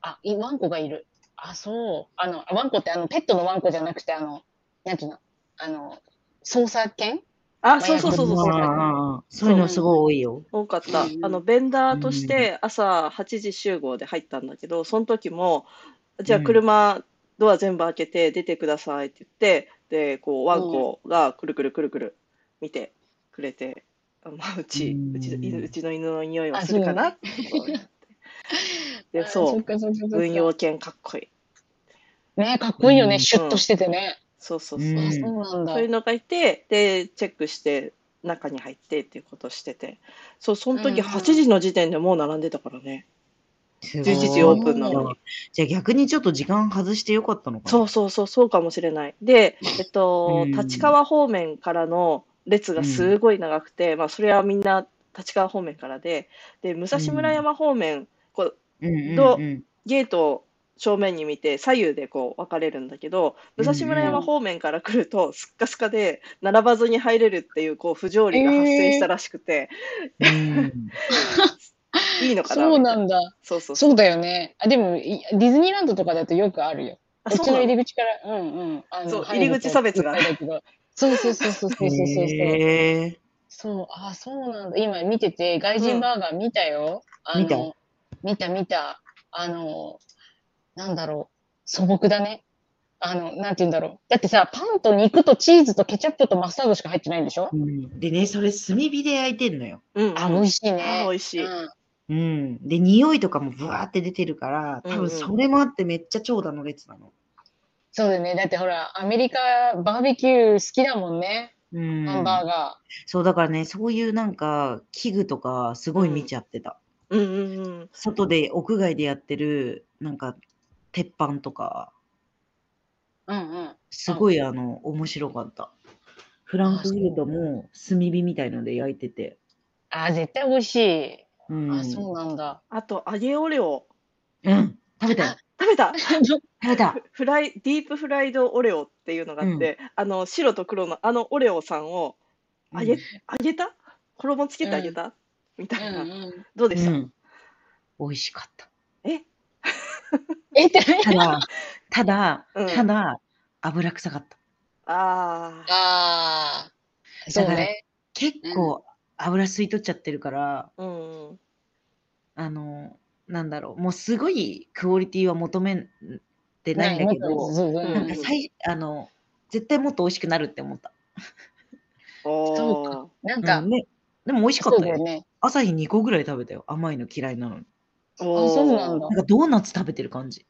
Speaker 3: あ、いワンコがいる。あ、そう。あの、ワンコってあの、ペットのワンコじゃなくて、あの、なんていうのあの、捜査犬
Speaker 1: あそうそうそうそうそう
Speaker 2: ああそういうのすごい多いよ。
Speaker 1: 多かった、
Speaker 3: うん
Speaker 1: あのベンダーとして朝8時集合で入ったんだけど、その時もじゃあ
Speaker 2: うん
Speaker 1: 車、ドア全部開けて出てくださいって言ってでこうワンコがくるくるくるくる見てくれて、あまあ、うち、う
Speaker 2: うん
Speaker 1: ちの犬うちの犬の匂いはするか なって思ってで
Speaker 3: あ
Speaker 1: そ
Speaker 3: っ
Speaker 1: う
Speaker 3: かそっかそっか
Speaker 1: 軍用犬かっこいい
Speaker 3: ね、かっこいいよね。
Speaker 2: うん
Speaker 3: シュッとしててね。
Speaker 1: そうそうそう、
Speaker 2: うん
Speaker 3: あ、そうなんだ
Speaker 1: そうい。うのがいてでチェックして中に入ってっていうことをしててそうその時
Speaker 3: うんうん
Speaker 1: 8時の時点でもう並んでたからね、
Speaker 2: 11
Speaker 1: 11時オープンなのに。
Speaker 2: じゃあ逆にちょっと時間外してよかったのかな
Speaker 1: そうそうそう、そうかもしれない。で、えっと、
Speaker 2: うん
Speaker 1: 立川方面からの列がすごい長くて、まあ、それはみんな立川方面からで、で、武蔵村山方面、こう、
Speaker 2: うんうんうん。
Speaker 1: どゲートを正面に見て、左右でこう分かれるんだけど、武蔵村山方面から来ると、すっかすかで、並ばずに入れるっていう、こう、不条理が発生したらしくて、
Speaker 2: うん
Speaker 1: いいのかな
Speaker 3: そう
Speaker 1: みたい
Speaker 3: なんだ。
Speaker 1: そうそうそう。
Speaker 3: そうだよね。あ、でも、いディズニーランドとかだとよくあるよ。
Speaker 1: あ
Speaker 3: こっ
Speaker 1: そう
Speaker 3: ちの
Speaker 1: なの
Speaker 3: 入り口から、うんうん。あの
Speaker 1: そう
Speaker 3: 入る
Speaker 1: 入り口差別が
Speaker 3: いっぱいだけどそうそうそうそうそうそうそう。
Speaker 2: へえ
Speaker 3: そう、あ、そうなんだ。今見てて、外人バーガー見たよ。あの
Speaker 2: 見た
Speaker 3: 見た見た。あの、なんだろう。素朴だね。あの、なんて言うんだろう。だってさ、パンと肉とチーズとケチャップとマスタードしか入ってないんでしょ
Speaker 2: うんでね、それ炭火で焼いてんのよ。
Speaker 1: うんうん、
Speaker 3: あ、美味しい
Speaker 1: あ
Speaker 3: ね。
Speaker 1: 美味しい
Speaker 3: うん
Speaker 2: うん。で、匂いとかもブワーって出てるから、多
Speaker 1: うんうん
Speaker 2: 分それもあってめっちゃ長蛇の列なの。
Speaker 3: そうだよね。だってほら、アメリカバーベキュー好きだもんね。
Speaker 2: うん。
Speaker 3: ハンバーガ
Speaker 2: そう、だからね、そういうなんか器具とかすごい見ちゃってた。
Speaker 1: うんうんうん。
Speaker 2: 外で屋外でやってるなんか鉄板とか
Speaker 3: ー。うんうん。
Speaker 2: すごいあの面白かったフランクフルトも炭火みたいので焼いてて、
Speaker 3: あ、絶対美味しい。
Speaker 2: うん、
Speaker 3: あ、そうなんだ。
Speaker 1: あと、揚げオレオ。
Speaker 2: うん食べたよ
Speaker 1: 食べた
Speaker 2: 食べた
Speaker 1: フライディープフライドオレオっていうのがあって、あの白と黒のあのオレオさんをあげ,、
Speaker 2: うん
Speaker 1: あげた衣つけてあげた、みた
Speaker 3: う
Speaker 1: い
Speaker 3: ん
Speaker 1: な、
Speaker 3: うん。
Speaker 1: どうでした、
Speaker 2: うん、美味しかった
Speaker 1: え
Speaker 3: え、って
Speaker 2: た だただ、
Speaker 1: うん
Speaker 2: ただ油臭かった
Speaker 1: ああ
Speaker 3: ああ。そう
Speaker 2: だから
Speaker 3: ね。
Speaker 2: 結構油吸い取っちゃってるから、
Speaker 1: うんうん
Speaker 2: あのなんだろうもうすごいクオリティは求めてないんだけど、
Speaker 3: もっとずず
Speaker 1: うん
Speaker 2: なんか最あの絶対もっと美味しくなるって思った
Speaker 1: おー
Speaker 3: そうかなんか、
Speaker 2: うんね、でも美味しか
Speaker 3: そ
Speaker 2: っ
Speaker 3: う
Speaker 2: た
Speaker 3: だ
Speaker 2: よ
Speaker 3: よ。ね。
Speaker 2: 朝日2個ぐらい食べたよ。甘いの嫌いなのに。
Speaker 3: あ、
Speaker 1: おー
Speaker 3: そうなん
Speaker 2: な
Speaker 3: だ
Speaker 2: ん。かドーナツ食べてる感じ。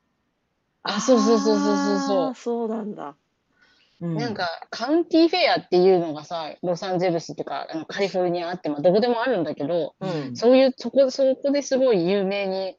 Speaker 3: あ、そうそうそうそうそう
Speaker 1: あ
Speaker 3: そ
Speaker 1: ーそうなんだ
Speaker 2: うん、
Speaker 3: う。なんか、カウンティフェアっていうのがさ、ロサンゼルスっていうか、あのカリフォルニアあって、まあ、どこでもあるんだけど、
Speaker 1: うん
Speaker 2: うん
Speaker 3: そういう、そこ、そこですごい有名に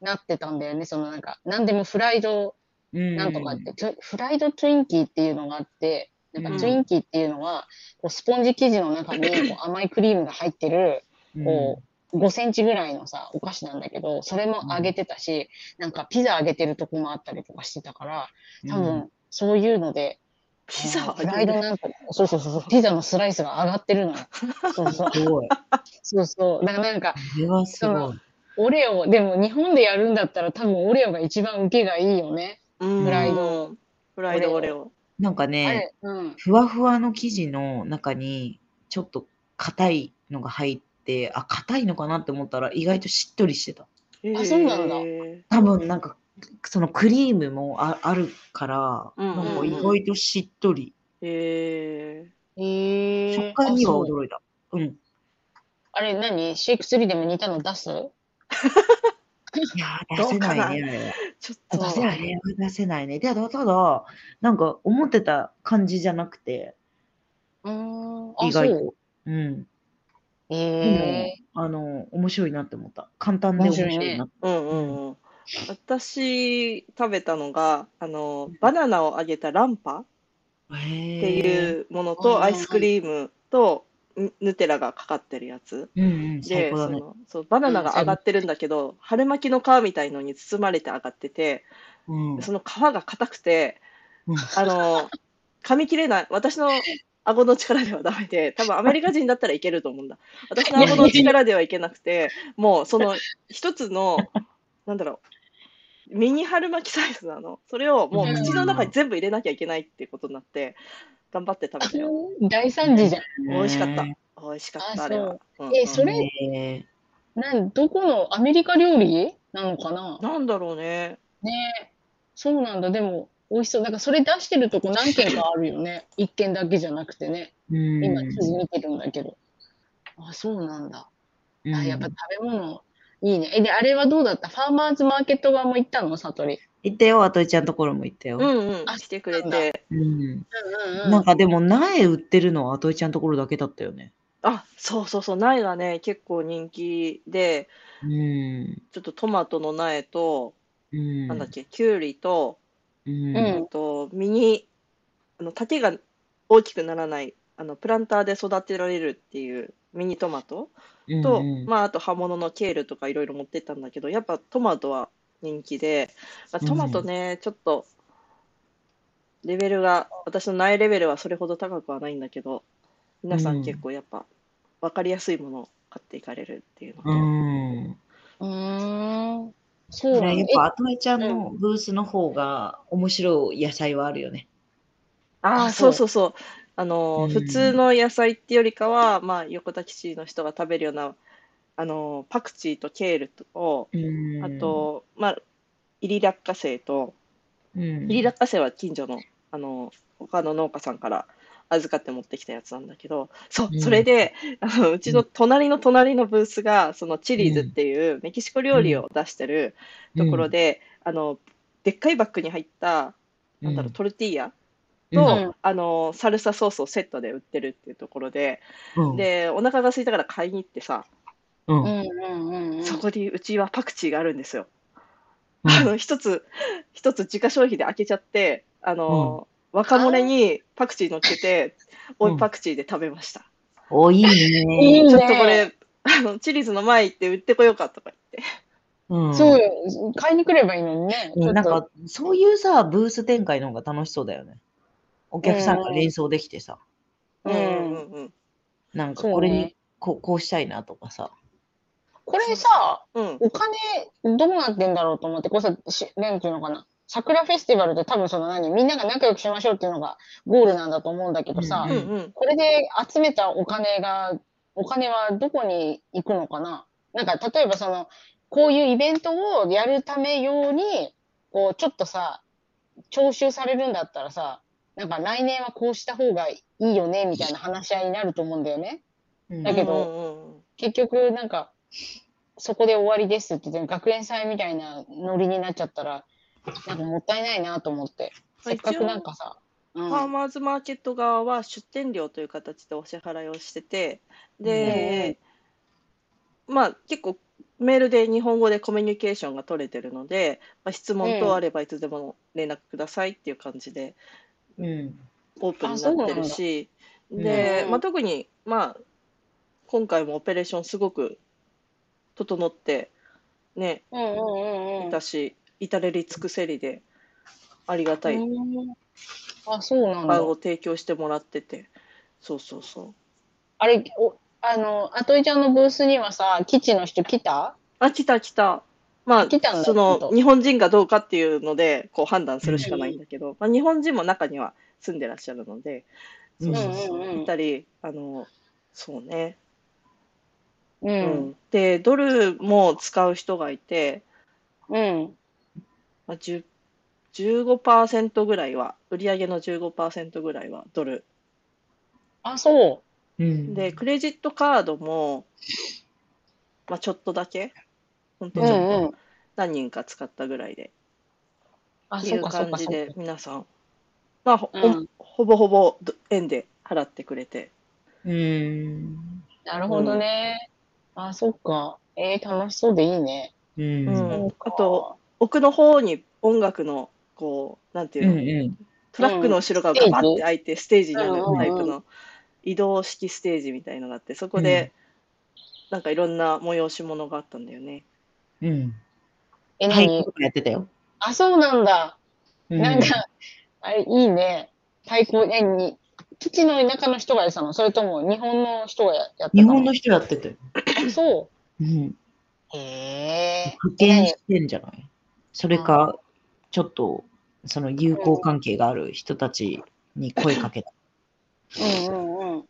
Speaker 3: なってたんだよね。そのなんか、なんでもフライド、
Speaker 2: うん、
Speaker 3: なんとかって、トゥフライドトゥインキーっていうのがあって、なん
Speaker 2: う
Speaker 3: か
Speaker 2: ん
Speaker 3: トゥインキーっていうのは、こうスポンジ生地の中にこう甘いクリームが入ってる、
Speaker 2: うん
Speaker 3: こう、5センチぐらいのさ、お菓子なんだけど、それもあげてたし、なんかピザあげてるとこもあったりとかしてたから、多分、そういうので、
Speaker 1: ピザ
Speaker 3: フライドなんか、そうそうそうそう、ピザのスライスが上がってるのよ。そうそう、
Speaker 2: すごい。こ
Speaker 3: そうそう。だからなんか、
Speaker 2: れはす
Speaker 3: そ
Speaker 2: ご
Speaker 3: の
Speaker 2: い。
Speaker 3: オレオ、でも日本でやるんだったら多分オレオが一番受けがいいよね。
Speaker 1: フ
Speaker 2: ライ
Speaker 3: ド。
Speaker 1: フライドオレオ。
Speaker 2: なんか
Speaker 3: あ
Speaker 2: ね、
Speaker 3: れ、うん。
Speaker 2: ふわふわの生地の中に、ちょっと硬いのが入って、あ、硬いのかなって思ったら、意外としっとりしてた。
Speaker 3: あそうなんだ
Speaker 1: へ
Speaker 2: 多分なんか、そのクリームもああるから、
Speaker 1: うん
Speaker 2: なんか意外としっとり。
Speaker 1: え。
Speaker 3: へえ。
Speaker 2: 食感には
Speaker 3: あそう
Speaker 2: 驚いた。うん。
Speaker 3: あれ何シェイクスリーでも似たの出す
Speaker 2: いやー、出せないね。あれは
Speaker 1: ちょ
Speaker 2: あ
Speaker 1: っと。
Speaker 2: 出せないね。出せないね。で、ただ、ただ、なんか思ってた感じじゃなくて、
Speaker 3: うーん。
Speaker 2: 意
Speaker 3: あ、そ
Speaker 2: 外
Speaker 3: う。
Speaker 2: と。うん。
Speaker 3: へ
Speaker 2: で
Speaker 3: え。
Speaker 2: も、あの、面白いなって思った。簡単で面白いなって思っ
Speaker 1: うんうんうん。私食べたのがあのバナナを揚げたランパ
Speaker 2: た。
Speaker 1: っ
Speaker 2: へ
Speaker 1: て
Speaker 2: う。
Speaker 1: いうもの
Speaker 3: へー
Speaker 1: とアイスクリームとヌヌテラがかかってるやつ
Speaker 2: うんうん、最
Speaker 1: で
Speaker 2: 高
Speaker 1: そ
Speaker 2: だね。
Speaker 1: のそうバナナが上がってるんだけど春巻きの皮みたいのに包まれて上がってて
Speaker 2: うん。
Speaker 1: その皮が硬くて
Speaker 2: うん
Speaker 1: あの噛み切れない私の顎の力ではダメで多分アメリカ人だったらいけると思うんだ私の顎の力ではいけなくてもうその一つのなんだろうミニ春巻きサイズなのそれをもう口の中に全部入れなきゃいけないっていうことになって頑張って食べたよ
Speaker 3: 大惨事じゃん。
Speaker 1: 美味しかった
Speaker 2: ね
Speaker 1: 美味しかった
Speaker 3: あ
Speaker 1: あれは、うんうん
Speaker 3: えそれ
Speaker 2: ね
Speaker 3: なんどこのアメリカ料理なのかな
Speaker 1: なんだろうね
Speaker 3: ねえ。そうなんだ。でも、美味しそう。なんかそれ出してるとこ何軒かあるよね。一軒だけじゃなくてね。
Speaker 2: うん。
Speaker 3: 今、地図見てるんだけど。あ、そうなんだ。
Speaker 2: うん
Speaker 3: あ、やっぱ食べ物、いいね。え、で、あれはどうだったファーマーズマーケット側も行ったのさとり。
Speaker 2: 行ったよ、あといちゃんのところも行ったよ。
Speaker 1: うんうん
Speaker 3: あ
Speaker 1: 来てくれ
Speaker 3: そうなん
Speaker 1: て
Speaker 2: うん。
Speaker 3: うん
Speaker 2: なんかでも、苗売ってるのはあといちゃんのところだけだったよね。
Speaker 1: あそうそうそう苗がね結構人気で
Speaker 2: うん。
Speaker 1: ちょっとトマトの苗と
Speaker 2: うん。
Speaker 1: なんだっけ、きゅうりと、
Speaker 2: うん。
Speaker 3: う
Speaker 1: あ
Speaker 3: ん
Speaker 1: と、ミニ、あの、丈が大きくならない、あの、プランターで育てられるっていうミニトマト
Speaker 2: うん
Speaker 1: と、
Speaker 2: うん
Speaker 1: まあ、あと葉物のケールとかいろいろ持ってったんだけど、やっぱトマトは人気で、まあ、トマトね、ちょっと、レベルが、私の苗レベルはそれほど高くはないんだけど、皆さ
Speaker 2: うん
Speaker 1: ん結構やっぱ、わかりやすいものを買っていかれるっていうので、
Speaker 2: うん。
Speaker 3: うんうん。うーん。そう
Speaker 2: だ
Speaker 3: な
Speaker 2: から
Speaker 3: んだ。
Speaker 2: やっ
Speaker 3: え
Speaker 2: ぱ、あとえちゃんのブースの方が面白い野菜はあるよね。
Speaker 1: あ
Speaker 3: あ
Speaker 1: あ、そう
Speaker 3: そ
Speaker 1: そうそう。あのー、
Speaker 2: うん
Speaker 1: 普通の野菜ってよりかは、まあ、横田基地の人が食べるような、あのー、パクチーとケールと、
Speaker 2: うん
Speaker 1: あ、と、まあ、イリラッカセイと、
Speaker 2: うん
Speaker 1: イリラッカセイは近所の、あのー、他の農家さんから預かって持ってきたやつなんだけど、そうう、
Speaker 2: ん
Speaker 1: それで、あの、うちの隣の隣のブースが、そのチリーズっていうメキシコ料理を出してるところで、あの、でっかいバッグに入った、
Speaker 2: う
Speaker 1: なんだろう、トルティーヤ
Speaker 3: う
Speaker 1: と、
Speaker 3: ん
Speaker 1: あのサルサソースをセットで売ってるっていうところで、
Speaker 2: うん、
Speaker 1: でお腹が空いたから買いに行ってさ、
Speaker 2: うん
Speaker 3: うんうんうんうん。
Speaker 1: そこにうちはパクチーがあるんですよ。
Speaker 2: うん
Speaker 1: あの一つ一つ自家消費で開けちゃってあの、若者にパクチー乗っけて
Speaker 2: う
Speaker 1: お
Speaker 2: ん
Speaker 1: いパクチーで食べました。
Speaker 2: お、いい
Speaker 3: いい
Speaker 2: ね。
Speaker 3: ね
Speaker 1: ちょっとこれあのチリーズの前行って売ってこようかとか言って。
Speaker 2: うん
Speaker 3: そうよ。買いに来ればいいのにね。ちょっと
Speaker 2: なんか、そういうさ、ブース展開の方が楽しそうだよね。お客さんが連想できてさ、
Speaker 3: うん
Speaker 1: うんうん
Speaker 2: なんか
Speaker 3: そうね
Speaker 2: これにこうこうしたいなとかさ。
Speaker 3: これさ、
Speaker 1: うんうん
Speaker 3: お金どうなってんだろうと思って、これさ、しなんていうのかな。桜フェスティバルって多分その何みんなが仲良くしましょうっていうのがゴールなんだと思うんだけどさ、
Speaker 2: うん
Speaker 1: うんうん
Speaker 3: これで集めたお金が、お金はどこに行くのかななんか、例えばその、こういうイベントをやるため用に、こう、ちょっとさ、徴収されるんだったらさ、なんか来年はこうした方がいいよね、みたいな話し合いになると思うんだよね。だけど
Speaker 1: うんうん
Speaker 3: 結局、なんか、そこで終わりですって言って、学園祭みたいなノリになっちゃったら、なんかもったいないなと思って。
Speaker 1: まあ
Speaker 3: せっかくなんかさ、う
Speaker 1: フ
Speaker 3: ん。
Speaker 1: ァーマーズマーケット側は出店料という形でお支払いをしてて、で、まあ結構メールで日本語でコミュニケーションが取れてるので、まあ、質問
Speaker 3: うん
Speaker 1: 等あればいつでも連絡くださいっていう感じで
Speaker 2: うん。
Speaker 1: オープンになってるし、
Speaker 2: そうなんだ
Speaker 1: で
Speaker 3: う、ん
Speaker 1: まあ、特に、まあ、今回もオペレーションすごく整って、ね、
Speaker 3: うんうんうんうん。
Speaker 1: いたし、至れり尽くせりでありがたい
Speaker 3: うんあ、そうなん
Speaker 1: あ
Speaker 3: だ。
Speaker 1: の提供してもらっててそうそうそう
Speaker 3: あれ、おあの、アトイちゃんのブースにはさ、基地の人来た
Speaker 1: あ来た来たまあ
Speaker 3: 来たんだ
Speaker 1: そ
Speaker 3: ちょっ
Speaker 1: の
Speaker 3: と
Speaker 1: 日本人がどうかっていうのでこう判断するしかないんだけど、まあ、日本人も中には住んでらっしゃるので
Speaker 2: う
Speaker 1: そ
Speaker 2: ん
Speaker 1: う
Speaker 3: う
Speaker 1: そ
Speaker 3: ん
Speaker 1: うそう
Speaker 3: うんうん
Speaker 1: 行ったりあのそうね、う
Speaker 3: う。
Speaker 1: んでドルも使う人がいて、
Speaker 3: うん。
Speaker 1: まあ、10 15%ぐらいは売り上げの15%ぐらいはドル
Speaker 3: あ、そう。
Speaker 2: うん
Speaker 1: で、クレジットカードも、まあ、ちょっとだけ、本当
Speaker 2: う
Speaker 1: ち
Speaker 2: ん
Speaker 1: ょっ
Speaker 3: うんう
Speaker 1: と
Speaker 3: ん
Speaker 1: 何人か使ったぐらいで、
Speaker 3: あ、
Speaker 1: って
Speaker 3: そ
Speaker 1: いうう
Speaker 3: か、そう
Speaker 1: 感
Speaker 3: か、
Speaker 1: じ
Speaker 3: そう
Speaker 1: で
Speaker 3: か。、
Speaker 1: 皆さん、まあほ
Speaker 3: うん
Speaker 1: ほぼほぼど円で払ってくれて、
Speaker 2: うん。
Speaker 3: なるほどね。あ、そっか。えー、楽しそうでいいね。
Speaker 2: う
Speaker 1: うん
Speaker 2: ん。
Speaker 3: そうか
Speaker 1: あと、奥の方に音楽の、こう、なんていう
Speaker 2: う
Speaker 1: の、
Speaker 2: ん。
Speaker 1: トラックの後ろが
Speaker 3: ステージ
Speaker 1: ババって開いて、ステージになるタイ
Speaker 3: うん
Speaker 1: プ
Speaker 3: うん
Speaker 1: の移動式ステージみたいのがあって、そこで、なんかいろんな催し物があったんだよね。
Speaker 2: うん。
Speaker 3: え、
Speaker 2: はい。
Speaker 3: 何
Speaker 2: やってたよ。
Speaker 3: あ、そうなんだ。
Speaker 2: う
Speaker 3: なんか、あれ、いいね。太鼓、え、に、基地の田舎の人がやってたのそれとも日本の人がややってた
Speaker 2: 日
Speaker 3: の
Speaker 2: 本の人やってたよ。
Speaker 3: 人。そ
Speaker 2: うん。
Speaker 3: う。へえ。
Speaker 2: 派遣してんじゃないそれか、ちょっと、その友好関係がある人たちに声かけた。
Speaker 3: うんうんうん。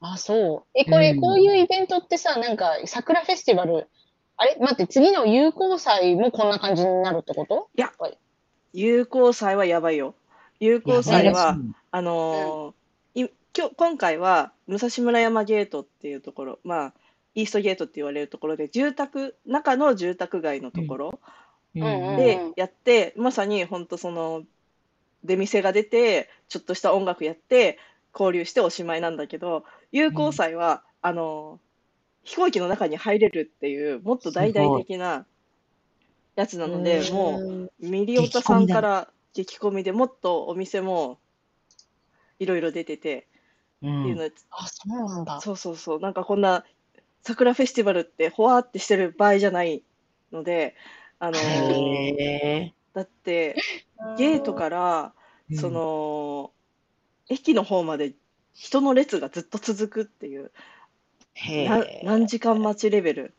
Speaker 3: あ、そう。え、これ、
Speaker 2: うん
Speaker 3: こういうイベントってさ、なんか、桜フェスティバル、あれ待って、次の友好祭もこんな感じになるってこと
Speaker 1: 友好祭はやばいよ。友好祭
Speaker 2: やばいら
Speaker 1: は
Speaker 2: しい、の
Speaker 1: あのーい今日今回は武蔵村山ゲートっていうところ、まあ、イーストゲートって言われるところで住宅中の住宅街のところ
Speaker 2: う
Speaker 3: うん
Speaker 2: ん
Speaker 1: でやって、まさに本当その出店が出てちょっとした音楽やって交流しておしまいなんだけど友好祭は、あのー飛行機の中に入れるっていうもっと大々的なやつなのでもう
Speaker 3: う。
Speaker 1: ミリオタさんから激コミでもっとお店もいろいろ出てて、
Speaker 2: うん
Speaker 1: っていうの
Speaker 3: あ、そうなんだ。
Speaker 1: そうそうそうなんかこんな桜フェスティバルってほわーってしてる場合じゃないのであの
Speaker 2: へ
Speaker 1: だってゲートから
Speaker 2: ー
Speaker 1: そ、の、駅の方まで人の列がずっと続くっていう、
Speaker 2: へ
Speaker 1: な
Speaker 2: え。
Speaker 1: 何時間待ちレベル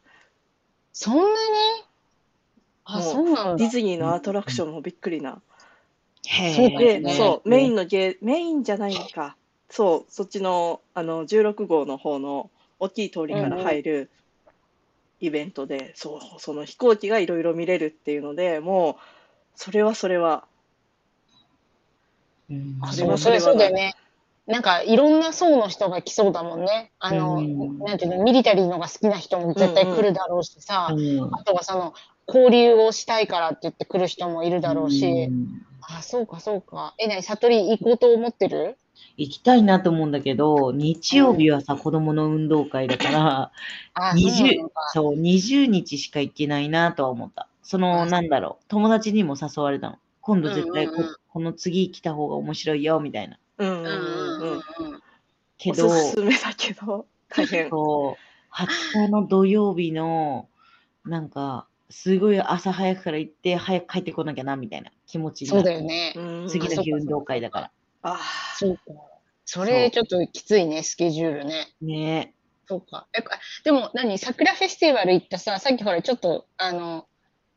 Speaker 3: そんなに
Speaker 1: も
Speaker 3: あ、
Speaker 1: う
Speaker 3: そうなん
Speaker 1: デ
Speaker 3: だ
Speaker 1: ィ。ズニーのアトラクションもびっくりな
Speaker 2: へえ
Speaker 3: そうだよ
Speaker 1: で、
Speaker 3: ね
Speaker 1: そう、メインのゲー、メインじゃないか。そう、そっちの、あの、16号の方の大きい通りから入るイベントで、そう、その飛行機がいろいろ見れるっていうので、もう、それはそれは、
Speaker 2: うん
Speaker 3: あ、
Speaker 1: 自
Speaker 3: そ
Speaker 1: 分
Speaker 3: う、
Speaker 1: は
Speaker 3: それ
Speaker 1: それは
Speaker 3: そうだよね。なんか、いろんな層の人が来そうだもんね。あの、
Speaker 2: うん
Speaker 3: なんていうの、ミリタリーのが好きな人も絶対来るだろうしさ、
Speaker 2: うん
Speaker 3: あとはその、交流をしたいからって言って来る人もいるだろうし、
Speaker 2: ん
Speaker 3: あ、そうか、そうか。え、なに、悟り行こうと思ってる
Speaker 2: 行きたいなと思うんだけど、日曜日はさ、子供の運動会 だから、
Speaker 3: あ、そうな
Speaker 2: 20
Speaker 3: のか。
Speaker 2: そう、20日しか行けないなとは思った。そ
Speaker 3: あ
Speaker 2: の、なんだろう、友達にも誘われたの。今度絶対こ,、
Speaker 3: うんうんうん
Speaker 2: この次来た方が面白いよ、みたいな。
Speaker 1: うんう
Speaker 3: う
Speaker 1: ん
Speaker 3: んうん
Speaker 1: う
Speaker 3: うん
Speaker 1: ん。
Speaker 3: うん。
Speaker 2: け
Speaker 1: お
Speaker 2: ど、
Speaker 1: すすめだけど、大変。
Speaker 2: そう、初日の土曜日の、なんか、すごい朝早くから行って、早く帰ってこなきゃな、みたいな気持ちに
Speaker 3: そ
Speaker 2: な
Speaker 3: う
Speaker 2: る
Speaker 3: だよね。
Speaker 1: うん
Speaker 2: 次の日運動会だから。
Speaker 1: あ
Speaker 3: そうか。それ、ちょっときついね、スケジュールね。
Speaker 2: ね
Speaker 3: そうか。えあでも、何桜フェスティバル行ったさ、さっきほら、ちょっと、あの、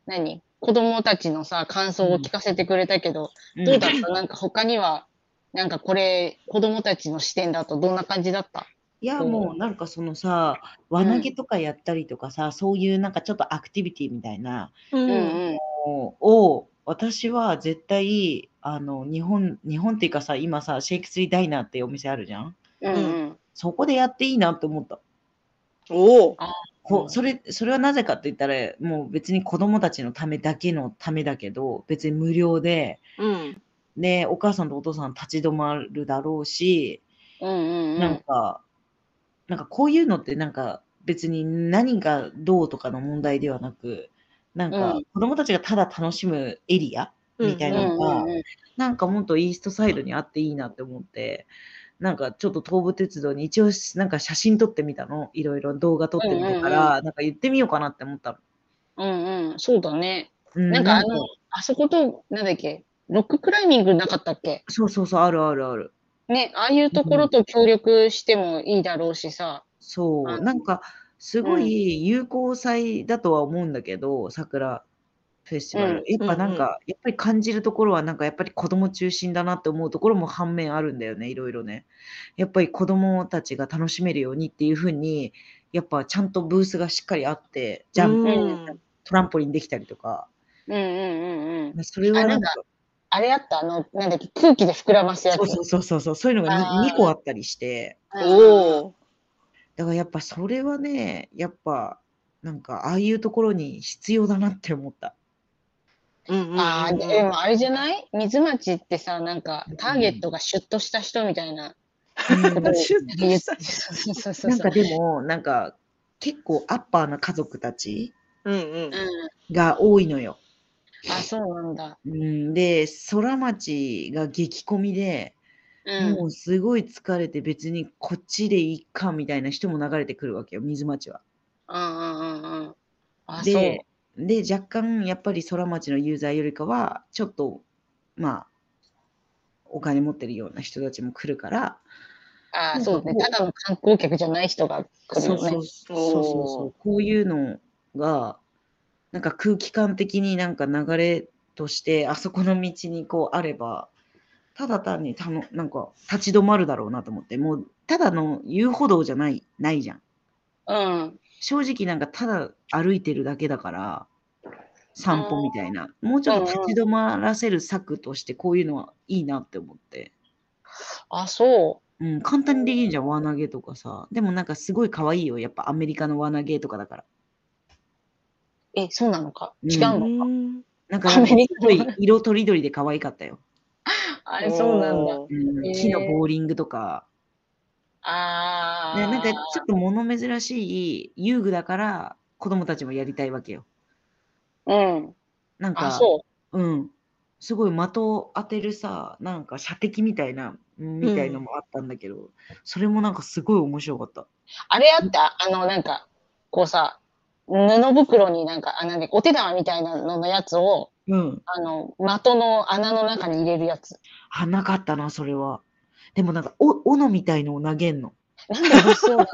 Speaker 3: 何子供たちのさ、感想を聞かせてくれたけど、
Speaker 2: え。
Speaker 3: どうだったなんか他には、なんかこれ、子供たちの視点だとどんな感じだった
Speaker 2: いや、
Speaker 3: そう
Speaker 2: もうなんかそのさ、輪投げとかやったりとかさ、そういうなんかちょっとアクティビティみたいな
Speaker 1: ーう
Speaker 3: うん
Speaker 1: ん。
Speaker 3: うん。
Speaker 2: のを、私は絶対、あの、日本、日本っていうかさ、今さ、シェイクスリーダイナーっていうお店あるじゃん
Speaker 3: うんうん。
Speaker 2: そこでやっていいなと思った。
Speaker 1: おお。
Speaker 2: こ
Speaker 1: うん
Speaker 2: それ、それはなぜかって言ったら、もう別に子供たちのためだけのためだけど、別に無料で、
Speaker 1: うん。
Speaker 2: ね、お母さんとお父さん立ち止まるだろうし、
Speaker 3: うんうんうん。
Speaker 2: なんか、なんかこういうのってなんか別に何がどうとかの問題ではなく、なんか
Speaker 3: うん
Speaker 2: 子供たちがただ楽しむエリア、みた
Speaker 3: う
Speaker 2: い
Speaker 3: ん
Speaker 2: な
Speaker 3: うんうん。
Speaker 2: なんかもっとイーストサイドにあっていいなって思って、なんかちょっと東武鉄道に一応なんか写真撮ってみたの、いろいろ動画撮ってみたから、
Speaker 3: うん
Speaker 2: なんか言ってみようかなって思ったの。
Speaker 3: うんうん。そうだね。
Speaker 2: うん
Speaker 3: なんかあの、あそこと、なんだっけ、ロッククライミングなかったっけ
Speaker 2: そうそうそう、あるあるある。
Speaker 3: ね、ああいうところと協力してもいいだろうしさ。
Speaker 2: そ
Speaker 3: あ
Speaker 2: う、なんか、すごい有効祭だとは思うんだけど、桜フェスティバル。やっぱなんか、やっぱり感じるところは、なんかやっぱり子供中心だなって思うところも反面あるんだよね、いろいろね。やっぱり子供たちが楽しめるようにっていうふうに、やっぱちゃんとブースがしっかりあって、ジャンプ、
Speaker 1: うん
Speaker 2: トランポリンできたりとか、
Speaker 3: うんうんうんうん。
Speaker 2: それはなん
Speaker 3: あ
Speaker 2: か、
Speaker 3: あれあったあの、なんだっけ、空気で膨らますやつ。
Speaker 2: そうそうそうそうそう、そういうの
Speaker 3: あー
Speaker 2: が 2, 個あったりして、
Speaker 1: おお。
Speaker 2: だからやっぱそれはね、やっぱ、なんかああいうところに必要だなって思った。
Speaker 1: うんうんうん
Speaker 3: ああ、でもあれじゃない水町ってさ、なんか、ターゲットがシュッとした人みたいな。
Speaker 2: うん
Speaker 1: シュッとした人
Speaker 3: そうそうそう
Speaker 2: なん
Speaker 3: そ
Speaker 2: か
Speaker 3: う。
Speaker 2: でも、なんか結構アッパーな家族たち
Speaker 1: うんうん
Speaker 3: う。ん。
Speaker 2: が多いのよ。
Speaker 3: あ、そうなんだ。
Speaker 2: うん、で、空町が激混みで、
Speaker 3: うん。
Speaker 2: もうすごい疲れて別にこっちでいいかみたいな人も流れてくるわけよ、水町は。
Speaker 3: うんうんうんうん。あ、そう。
Speaker 2: でで若干やっぱり空町のユーザーよりかはちょっとまあお金持ってるような人たちも来るから、
Speaker 3: あ
Speaker 2: な
Speaker 3: あ、
Speaker 2: んか
Speaker 3: そうね。
Speaker 2: こう
Speaker 3: ただの観光客じゃない人が来る
Speaker 2: そ
Speaker 3: よ
Speaker 2: うそう
Speaker 3: ね。
Speaker 2: そうそうそうこういうのがなんか空気感的になんか流れとしてあそこの道にこうあればただ単にたのなんか立ち止まるだろうなと思ってもうただの遊歩道じゃないないじゃん
Speaker 3: うん。
Speaker 2: 正直なんかただ歩いてるだけだから散歩みたいなもうちょっと立ち止まらせる策としてこういうのはいいなって思って、
Speaker 3: あ、そ
Speaker 2: うん、簡単にできるじゃん輪投げとかさでもなんかすごい可愛いよやっぱアメリカの輪投げとかだから
Speaker 3: う。え、そうなのか。
Speaker 2: うん
Speaker 3: 違う
Speaker 1: う
Speaker 3: のか。
Speaker 1: ん
Speaker 2: なんか
Speaker 3: アメリ
Speaker 2: す
Speaker 3: カの
Speaker 2: ごい色とりどりで可愛かったよ、
Speaker 3: あれ、そうなんだ。
Speaker 1: おー
Speaker 2: うん
Speaker 3: へー
Speaker 2: 木のボーリングとか、
Speaker 3: ああ。
Speaker 2: ね、なんかちょっと物珍しい遊具だから子供たちもやりたいわけよ
Speaker 3: うん。
Speaker 2: なんか
Speaker 3: あ、そ
Speaker 2: うん。すごい的を当てるさ、なんか射的みたいな、うんみたいのもあったんだけど、それもなんかすごい面白かった。
Speaker 3: う。あれあったあの、なんか、こうさ、布袋になんか、あ、なんで、お手玉みたいなののやつを、
Speaker 2: うん。
Speaker 3: あの、的の穴の中に入れるやつ。
Speaker 2: あ、なかったな、それは。でもなんか、お、斧みたいのを投げんの。
Speaker 3: なんで物騒な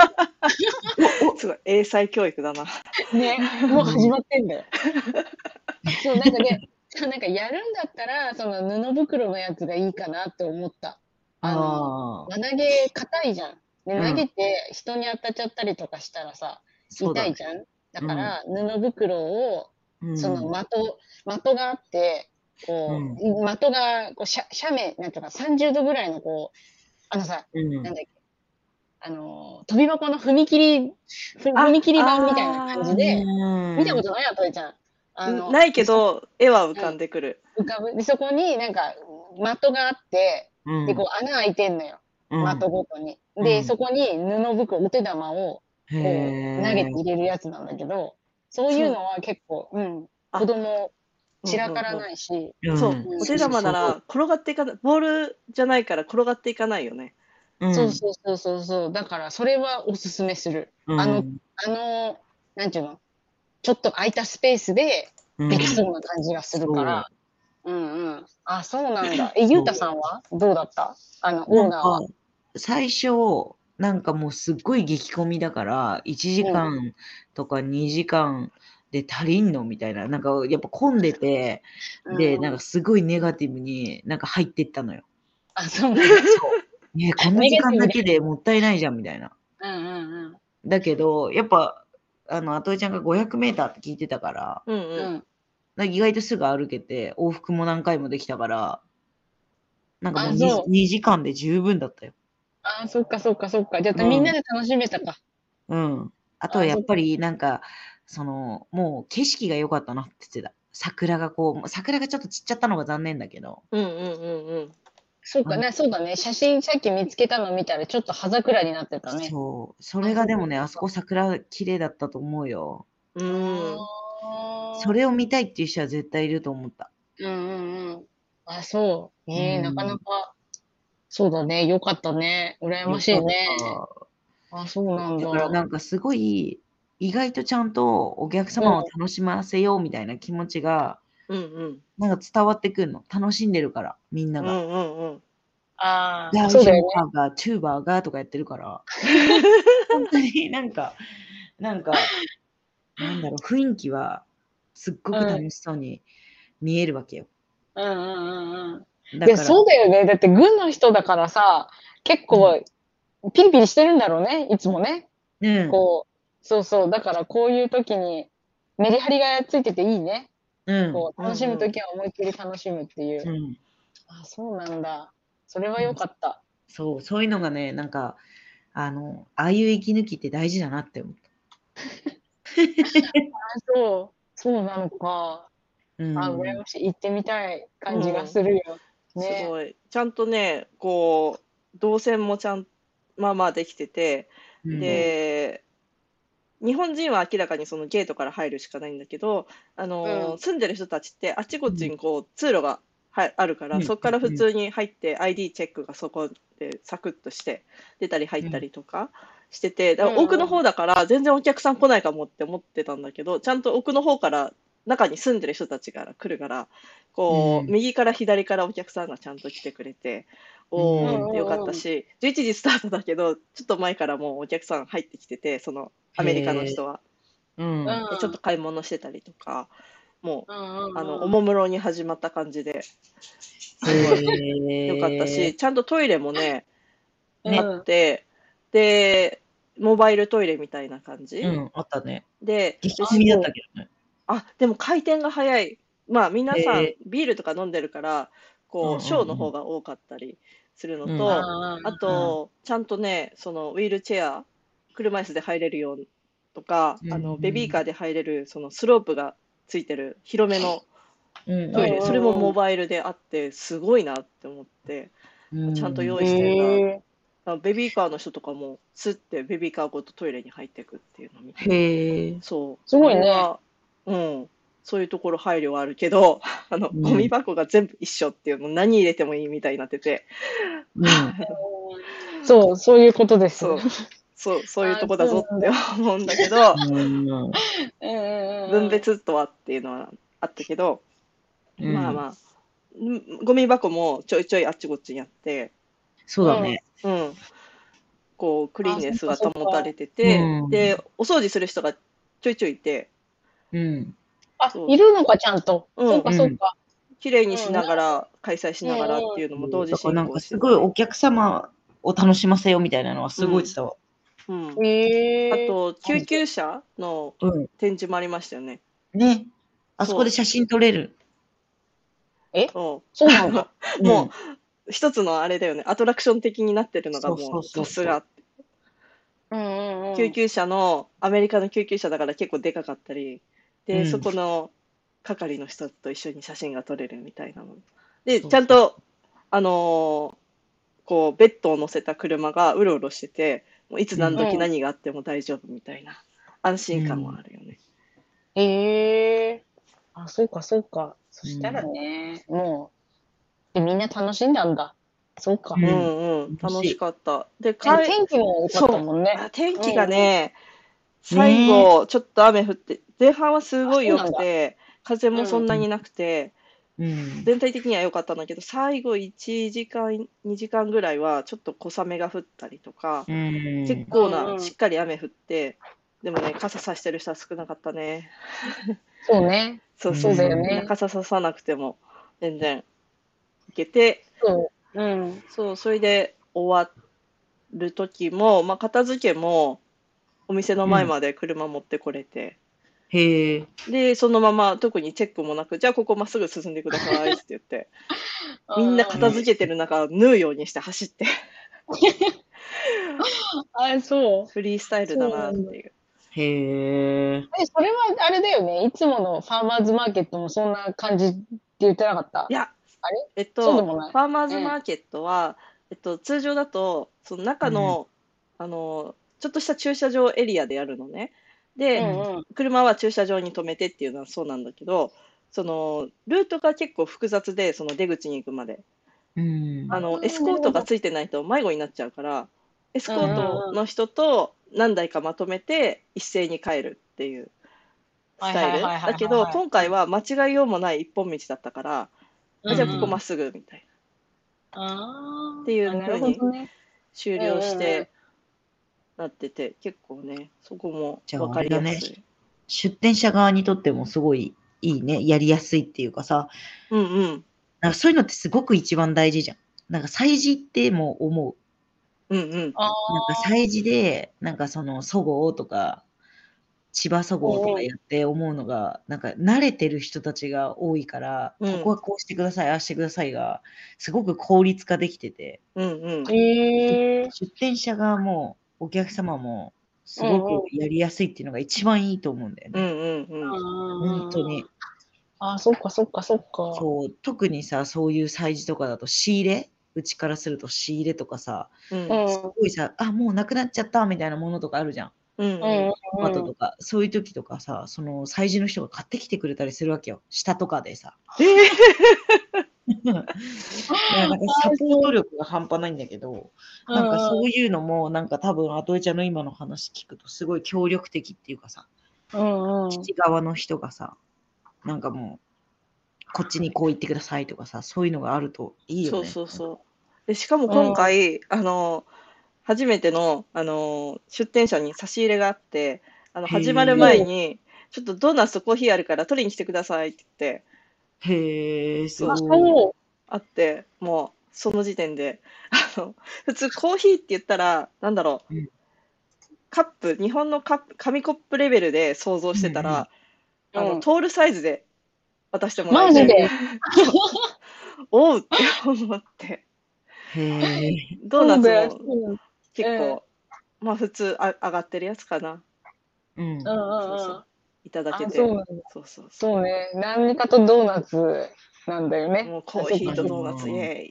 Speaker 1: すごい英才教育だな。
Speaker 3: のね、もう始まってんだよ。そう、なんかね、そうなんかやるんだったら、その布袋のやつがいいかなって思った。あの、
Speaker 2: ああー、
Speaker 3: 輪投げ硬いじゃん。で、
Speaker 2: うん
Speaker 3: 投げて人に当たっちゃったりとかしたらさ、
Speaker 2: そうだ
Speaker 3: 痛い
Speaker 2: ね。
Speaker 3: じゃん。だから、布袋を、
Speaker 2: うん
Speaker 3: その的、的があって、こう、的が、こう、斜斜面、なんていうか、30度ぐらいの、こう、あのさ、
Speaker 2: うん
Speaker 3: なんだっけ、あのー、飛び箱の踏切、ふ踏切版みたいな感じで、見たことないやとえちゃん。あの
Speaker 1: ないけ、ど、絵は浮かんでくる。
Speaker 3: 浮かぶ。で、そこになんか、的があって、
Speaker 2: うん
Speaker 3: で、こう穴開いてんのよ。
Speaker 2: うん
Speaker 3: 的ごとに。
Speaker 2: うん
Speaker 3: で、そこに布袋、お手玉をこう
Speaker 2: へー
Speaker 3: 投げて入れるやつなんだけど、そういうのは結構、うん、
Speaker 1: あ
Speaker 3: 子供散らから
Speaker 1: い。
Speaker 3: ないし、
Speaker 2: うん、
Speaker 1: そううんお手玉なら転がっていかない、ボールじゃないから転がっていかないよね。
Speaker 2: うん
Speaker 3: そうそうそうそうそう。だから、それはおすすめする。
Speaker 2: うん
Speaker 3: あのあの、なんていうのちょっと空いたスペースで
Speaker 2: うん
Speaker 3: できそうな感じがするから。うんうん。あ、そうなんだ。え、ゆうたさんはどうだったあの、オーナーは
Speaker 2: な。んか最初なんかもうすっごい激混みだから1時間とか2時間で足りんのみたいななんかやっぱ混んでてでなん
Speaker 3: か、
Speaker 2: かすごいネガティブになんか入ってったのよ。
Speaker 3: あ、そうなんだ。
Speaker 2: ねこの時間だけでもったいないじゃんみたいな。
Speaker 3: うんうん
Speaker 2: だけどやっぱあのアトエちゃんが 500m って聞いてたから
Speaker 1: うん
Speaker 3: うん。う
Speaker 1: うん。
Speaker 3: ん。
Speaker 2: なんか意外とすぐ歩けて往復も何回もできたからなんかもう
Speaker 3: あそう
Speaker 2: 2, 時間で十分だったよ。
Speaker 3: あ、そっかそっかそっか。じゃあ、
Speaker 2: うん
Speaker 3: みんなで楽しめたか。
Speaker 2: うん。あとはやっぱりなんか、その、もう景色が良かったなって言ってた。桜がこうもう、桜がちょっと散っちゃったのが残念だけど。
Speaker 1: うんうんうんうん。
Speaker 3: そうかね、そうだね。写真さっき見つけたの見たら、ちょっと葉桜になってたね。
Speaker 2: そう。それがでもね、あそこ桜綺麗だったと思うよ。
Speaker 1: うん。
Speaker 3: あー
Speaker 2: それを見たいっていう人は絶対いると思った。
Speaker 3: うんうんうん。あ、そう。ねえ、
Speaker 2: うん
Speaker 3: なかなか。そうだね。よかったね。羨ましいね。あ、そうなん
Speaker 2: だ
Speaker 3: だ。
Speaker 2: からなんかすごい、意外とちゃんとお客様を楽しませようみたいな気持ちが
Speaker 1: うんうん
Speaker 2: なんか伝わってくるの。楽しんでるから、みんな
Speaker 1: うん
Speaker 2: が。
Speaker 1: うんうん
Speaker 3: あ
Speaker 2: ラ
Speaker 3: あ、
Speaker 2: ウ
Speaker 3: そう
Speaker 2: ジ
Speaker 3: だ
Speaker 2: ン
Speaker 3: よね。
Speaker 2: バーガー、チューバーガーとかやってるから。本当になんか、なんか、なんだろう、雰囲気はすっごく楽しそうに見えるわけよ。
Speaker 3: うんうんうん
Speaker 2: だ
Speaker 3: うん。い
Speaker 2: から
Speaker 3: や、そうだよね。だって軍の人だからさ、結構ピリピリしてるんだろうね、いつもね。
Speaker 2: うん、
Speaker 3: こう、そうそう。だからこういう時にメリハリがついてていいね。
Speaker 2: うん、
Speaker 3: こう、
Speaker 1: うん
Speaker 3: 楽しむ時は思いっきり楽しむっていうう。
Speaker 2: ん、
Speaker 3: あ、そうなんだ。それは良かった。
Speaker 2: そう、そういうのがね、なんか、あの、ああいう息抜きって大事だなって思った。
Speaker 3: あ、そう。そうなのか。
Speaker 2: うん、
Speaker 3: あ、羨ましい。行ってみたい感じがするよ。ね
Speaker 1: すごいちゃんとねこう動線もちゃんまあまあできてて、
Speaker 2: うん、
Speaker 1: で日本人は明らかにそのゲートから入るしかないんだけどあの、
Speaker 3: うん
Speaker 1: 住んでる人たちってあっちこっちにこう通路がはあるから、
Speaker 2: うん
Speaker 1: そこから普通に入って ID チェックがそこでサクッとして出たり入ったりとかしてて、だから
Speaker 3: うんうん
Speaker 1: 奥の方だから全然お客さん来ないかもって思ってたんだけどちゃんと奥の方から中に住んでる人たちが来るからこう、
Speaker 2: うん
Speaker 1: 右から左からお客さんがちゃんと来てくれて。お
Speaker 2: うん
Speaker 1: ーよかったし、11時スタートだけど、ちょっと前からもうお客さん入ってきてて、そのアメリカの人は、
Speaker 2: うん、
Speaker 3: うん
Speaker 1: でちょっと買い物してたりとか、も
Speaker 3: うんうんう
Speaker 1: う、
Speaker 3: ん
Speaker 1: あのおもむろに始まった感じで
Speaker 2: へ ー
Speaker 1: よかったし、、ちゃんとトイレもね、
Speaker 3: ね
Speaker 1: あって、で、モバイルトイレみたいな感じ、
Speaker 2: うん、あったね。
Speaker 1: で、
Speaker 2: 激味だったけどね。
Speaker 1: あでも回転が早い。まあ皆さん、
Speaker 2: え
Speaker 1: ビールとか飲んでるから、
Speaker 2: うんうん
Speaker 1: こ
Speaker 2: うん
Speaker 1: う、ショーの方が多かったりするのと、
Speaker 2: うん
Speaker 3: あ
Speaker 1: あと、ちゃんとね、そのウィールチェア、車椅子で入れるようにとか、あ
Speaker 2: うん
Speaker 1: の
Speaker 2: うん
Speaker 1: ベビーカーで入れるそのスロープがついてる広めの
Speaker 2: うん、
Speaker 1: トイ
Speaker 3: う
Speaker 1: レ、
Speaker 3: ん
Speaker 1: それもモバイルであって、すごいなって思って、
Speaker 2: う
Speaker 1: ちゃんと用
Speaker 3: ー
Speaker 1: 意してんだ
Speaker 3: へー
Speaker 1: あベビーカーの人とかも、すってベビーカーごとトイレに入っていくっていうのに、
Speaker 2: へえ。
Speaker 1: そう、
Speaker 3: すごいね
Speaker 1: これはうん、そういうところ配慮はあるけど、 あの
Speaker 2: うん
Speaker 1: ゴミ箱が全部一緒っていう、もう何入れてもいいみたいになってて、
Speaker 2: うん。
Speaker 3: そう、そういうことです。
Speaker 1: そうそうそういうとこだぞ
Speaker 3: あそう
Speaker 1: っ
Speaker 3: な
Speaker 1: て
Speaker 3: ん
Speaker 1: 思うんだけど。
Speaker 2: うん
Speaker 3: うんうんうん
Speaker 1: 分別とはっていうのはあったけど、
Speaker 2: うん
Speaker 1: まあまあんゴミ箱もちょいちょいあっちこっちにあって、
Speaker 2: そうだね。
Speaker 1: うん、こうクリーンネスが
Speaker 3: あそっかそっか
Speaker 1: 保たれてて、
Speaker 2: うん
Speaker 1: でお掃除する人がちょいちょいいて
Speaker 2: うん。
Speaker 3: あ
Speaker 1: そ、う
Speaker 3: いるのか、ちゃんと。
Speaker 1: うん
Speaker 3: そうか、そうか。
Speaker 1: 綺麗にしながら、開催しながらっていうのも同時
Speaker 2: だから
Speaker 1: 進
Speaker 2: なん
Speaker 1: 行
Speaker 2: か
Speaker 1: して
Speaker 2: すごいお客様を楽しませようみたいなのはすごい伝わ
Speaker 1: うん、
Speaker 3: へ
Speaker 1: あ
Speaker 3: え。
Speaker 1: と救急車の
Speaker 2: る。うん。
Speaker 1: 展示もありましたよね。
Speaker 2: ね。あそこで写真撮れる。
Speaker 1: そ
Speaker 3: そうなんだ。
Speaker 1: うもう一つのあれだよねアトラクション的になってるのが
Speaker 2: そう
Speaker 1: も
Speaker 2: そう
Speaker 1: う
Speaker 2: そうそう
Speaker 1: さすが
Speaker 3: うんうんうん。
Speaker 1: 救急車のアメリカの救急車だから結構でかかったりで、
Speaker 2: うん
Speaker 1: そこの係の人と一緒に写真が撮れるみたいなので
Speaker 2: そうそう
Speaker 1: ちゃんとあのーこうベッドを乗せた車がうろうろしててもういつ何
Speaker 3: う
Speaker 1: 時
Speaker 3: ん
Speaker 1: 何があっても大丈夫みたいな安心感もあるよね、
Speaker 3: へえ。あ、そうか、そうか。そしたらね、もう、でみんな楽しんだんだ。そうか。
Speaker 2: う
Speaker 1: うんん、うん楽しかったで
Speaker 3: で
Speaker 1: かい
Speaker 3: 天気も良かったもんね。
Speaker 1: あ天気がね、最後ちょっと雨降って前半はすごい良
Speaker 3: あそう
Speaker 1: く
Speaker 3: なん
Speaker 1: て風もそんなになくて、
Speaker 2: うん。
Speaker 1: 全体的には良かったんだけど最後1時間2時間ぐらいはちょっと小雨が降ったりとか、
Speaker 2: うん
Speaker 1: 結構
Speaker 3: うんう
Speaker 1: なんしっかり雨降ってでもね傘さしてる人は少なかったね
Speaker 3: そうね。
Speaker 1: そう
Speaker 2: うん
Speaker 1: そう
Speaker 2: そうだよ
Speaker 3: ね
Speaker 1: みんな傘ささなくても全然いけて
Speaker 3: そう。うん。
Speaker 1: そうそれで終わる時も、まあ、片付けもお店の前まで車持ってこれて、
Speaker 2: へえ。
Speaker 1: でそのまま特にチェックもなくじゃあここまっすぐ進んでくださいって言ってみんな片付けてる中縫うようにして走って
Speaker 3: あ、そう。
Speaker 1: フリースタイルだなっていう。
Speaker 2: へえ。
Speaker 3: え、それはあれだよね。いつものファーマーズマーケットもそんな感じって言ってなかった
Speaker 1: い。や、
Speaker 3: あれ
Speaker 1: えっ
Speaker 3: そう
Speaker 1: と、
Speaker 3: で
Speaker 1: フ
Speaker 3: もな
Speaker 1: ァ
Speaker 3: い。
Speaker 1: ーマーズマーケットは、えっと、通常だと、その中の、あの、ちょっとした駐車場エリアでやるのね。で、
Speaker 2: うん
Speaker 1: 車は駐車場に止めてっていうのはそうなんだけど、その、ルートが結構複雑で、その出口に行くまで。
Speaker 2: うん。
Speaker 1: あ
Speaker 3: う
Speaker 1: の、
Speaker 3: ん
Speaker 1: エスコートがついてないと迷子になっちゃうから、エスコー
Speaker 2: うん
Speaker 3: うんう
Speaker 1: ト
Speaker 3: ん
Speaker 1: の人と何台かまとめて一斉に帰るっていうスタイル
Speaker 3: はいはいはいはいはい
Speaker 1: だけど今回は間違いようもない一本道だったから、
Speaker 3: うんうん
Speaker 1: じゃあここまっすぐみたいな
Speaker 3: あー
Speaker 1: っていう風に
Speaker 3: なるほどね。
Speaker 1: 終了し
Speaker 3: うんうんうん
Speaker 1: てなってて結構ねそこも
Speaker 2: じゃあ
Speaker 1: 分かりや
Speaker 2: あれだ
Speaker 1: すい。
Speaker 2: 出店者側にとってもすごいいいね。やりやすいっていうかさ、
Speaker 1: うんうん
Speaker 2: なんかそういうのってすごく一番大事じゃん。なんか催事っても思う。
Speaker 1: うんうん
Speaker 3: あ
Speaker 2: なんか催事で、なんかその、そごうとか、千葉そごうとかやって思うのが、なんか慣れてる人たちが多いから、
Speaker 1: うん
Speaker 2: ここはこうしてください、ああしてくださいが、すごく効率化できてて、
Speaker 1: うんうん
Speaker 3: ー。へえ。
Speaker 2: 出店者側もお客様も、すごくやりやすいっていうのが一番いいと思うんだよ
Speaker 1: う
Speaker 2: ね。
Speaker 1: んうんうん
Speaker 2: 本
Speaker 3: 本
Speaker 2: 当に。。
Speaker 3: あーそっかそっかそっか。
Speaker 2: そう特にさそういう催事とかだと仕入れうちからすると仕入れとかさ
Speaker 1: うん
Speaker 3: うん
Speaker 2: すごいさあもうなくなっちゃったみたいなものとかあるじゃん
Speaker 1: うん
Speaker 3: うんうん
Speaker 1: うん
Speaker 2: トマトとか、そういう時とかさその催事の人が買ってきてくれたりするわけよ下とかでさなんかサポート力が半端ないんだけどなんかそういうのもなんか多分アトエちゃんの今の話聞くとすごい協力的っていうかさ
Speaker 3: うんうん。
Speaker 2: 父側の人がさなんかもうこっちにこう言ってくださいとかさそういうのがあるといいよね
Speaker 1: そうそうそう。でしかも今回、あの初めてのあの出店者に差し入れがあってあの
Speaker 2: へー
Speaker 1: 始まる前に「ちょっとドーナツとコーヒーあるから取りに来てください」って言って
Speaker 2: へえ、そ
Speaker 3: あ
Speaker 2: う。
Speaker 3: そう。
Speaker 1: あってもうその時点であの普通コーヒーって言ったらなんだろう、
Speaker 2: うん
Speaker 1: カップ日本のカップ紙コップレベルで想像してたら、
Speaker 3: うんうん
Speaker 1: あ
Speaker 3: うん
Speaker 1: のトールサイズで渡してもら
Speaker 3: マ
Speaker 1: えて
Speaker 3: ジで。
Speaker 1: おうって思って
Speaker 2: へえ。
Speaker 1: ドーナ
Speaker 3: そうだよ
Speaker 1: ツ
Speaker 3: そ
Speaker 1: も
Speaker 3: うだよ
Speaker 1: 結
Speaker 3: ええ
Speaker 1: 構、まあ普通あ上がってるやつかな、
Speaker 2: うん。
Speaker 3: うんうんうん
Speaker 1: そうそういただけ
Speaker 3: あ
Speaker 1: て
Speaker 3: そうなんだ
Speaker 1: そうそうそ
Speaker 3: そうね。何かとドーナツなんだよ
Speaker 1: う
Speaker 3: ね。
Speaker 1: もうコーヒーとドーナ
Speaker 2: あそう
Speaker 1: ツ
Speaker 2: な
Speaker 1: イ
Speaker 2: んだ
Speaker 1: エ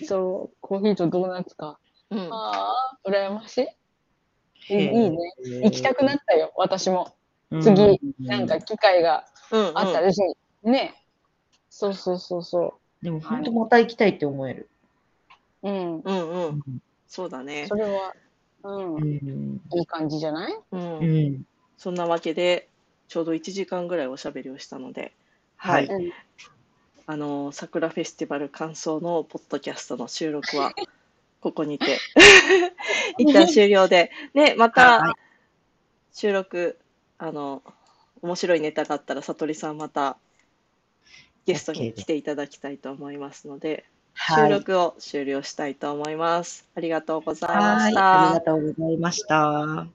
Speaker 1: ーイ、
Speaker 3: そう、コーヒーとドーナツか。
Speaker 1: うん、
Speaker 3: ああ、羨ましい。い
Speaker 2: へ
Speaker 3: い
Speaker 2: え
Speaker 3: ね。行きたくなったよ、私も。
Speaker 2: うん
Speaker 3: 次なんか機会が
Speaker 1: うんうん
Speaker 3: あったらしい。ね。そうそうそうそ
Speaker 2: でも本当また行きたいって思える。
Speaker 3: う。うん。
Speaker 1: うんう
Speaker 2: うん
Speaker 1: んそうだね
Speaker 3: それは、う。
Speaker 2: うんん。
Speaker 3: いい感じじゃない
Speaker 1: うん、
Speaker 2: うん。
Speaker 1: そんなわけでちょうど1時間ぐらいおしゃべりをしたのでは、
Speaker 2: はいい
Speaker 3: うん
Speaker 1: あのー桜フェスティバル感想のポッドキャストの収録はここに て一旦終了でねま
Speaker 2: は
Speaker 1: た収録あの面白いネタがあったらさとりさんまたゲスト
Speaker 2: OK
Speaker 1: に
Speaker 2: です
Speaker 1: 来ていただきたいと思いますので、収
Speaker 2: はい。
Speaker 1: 録を終了したいと思います。ありがとうございま
Speaker 2: は
Speaker 1: し
Speaker 2: い。
Speaker 1: た。
Speaker 2: ありがとうございました。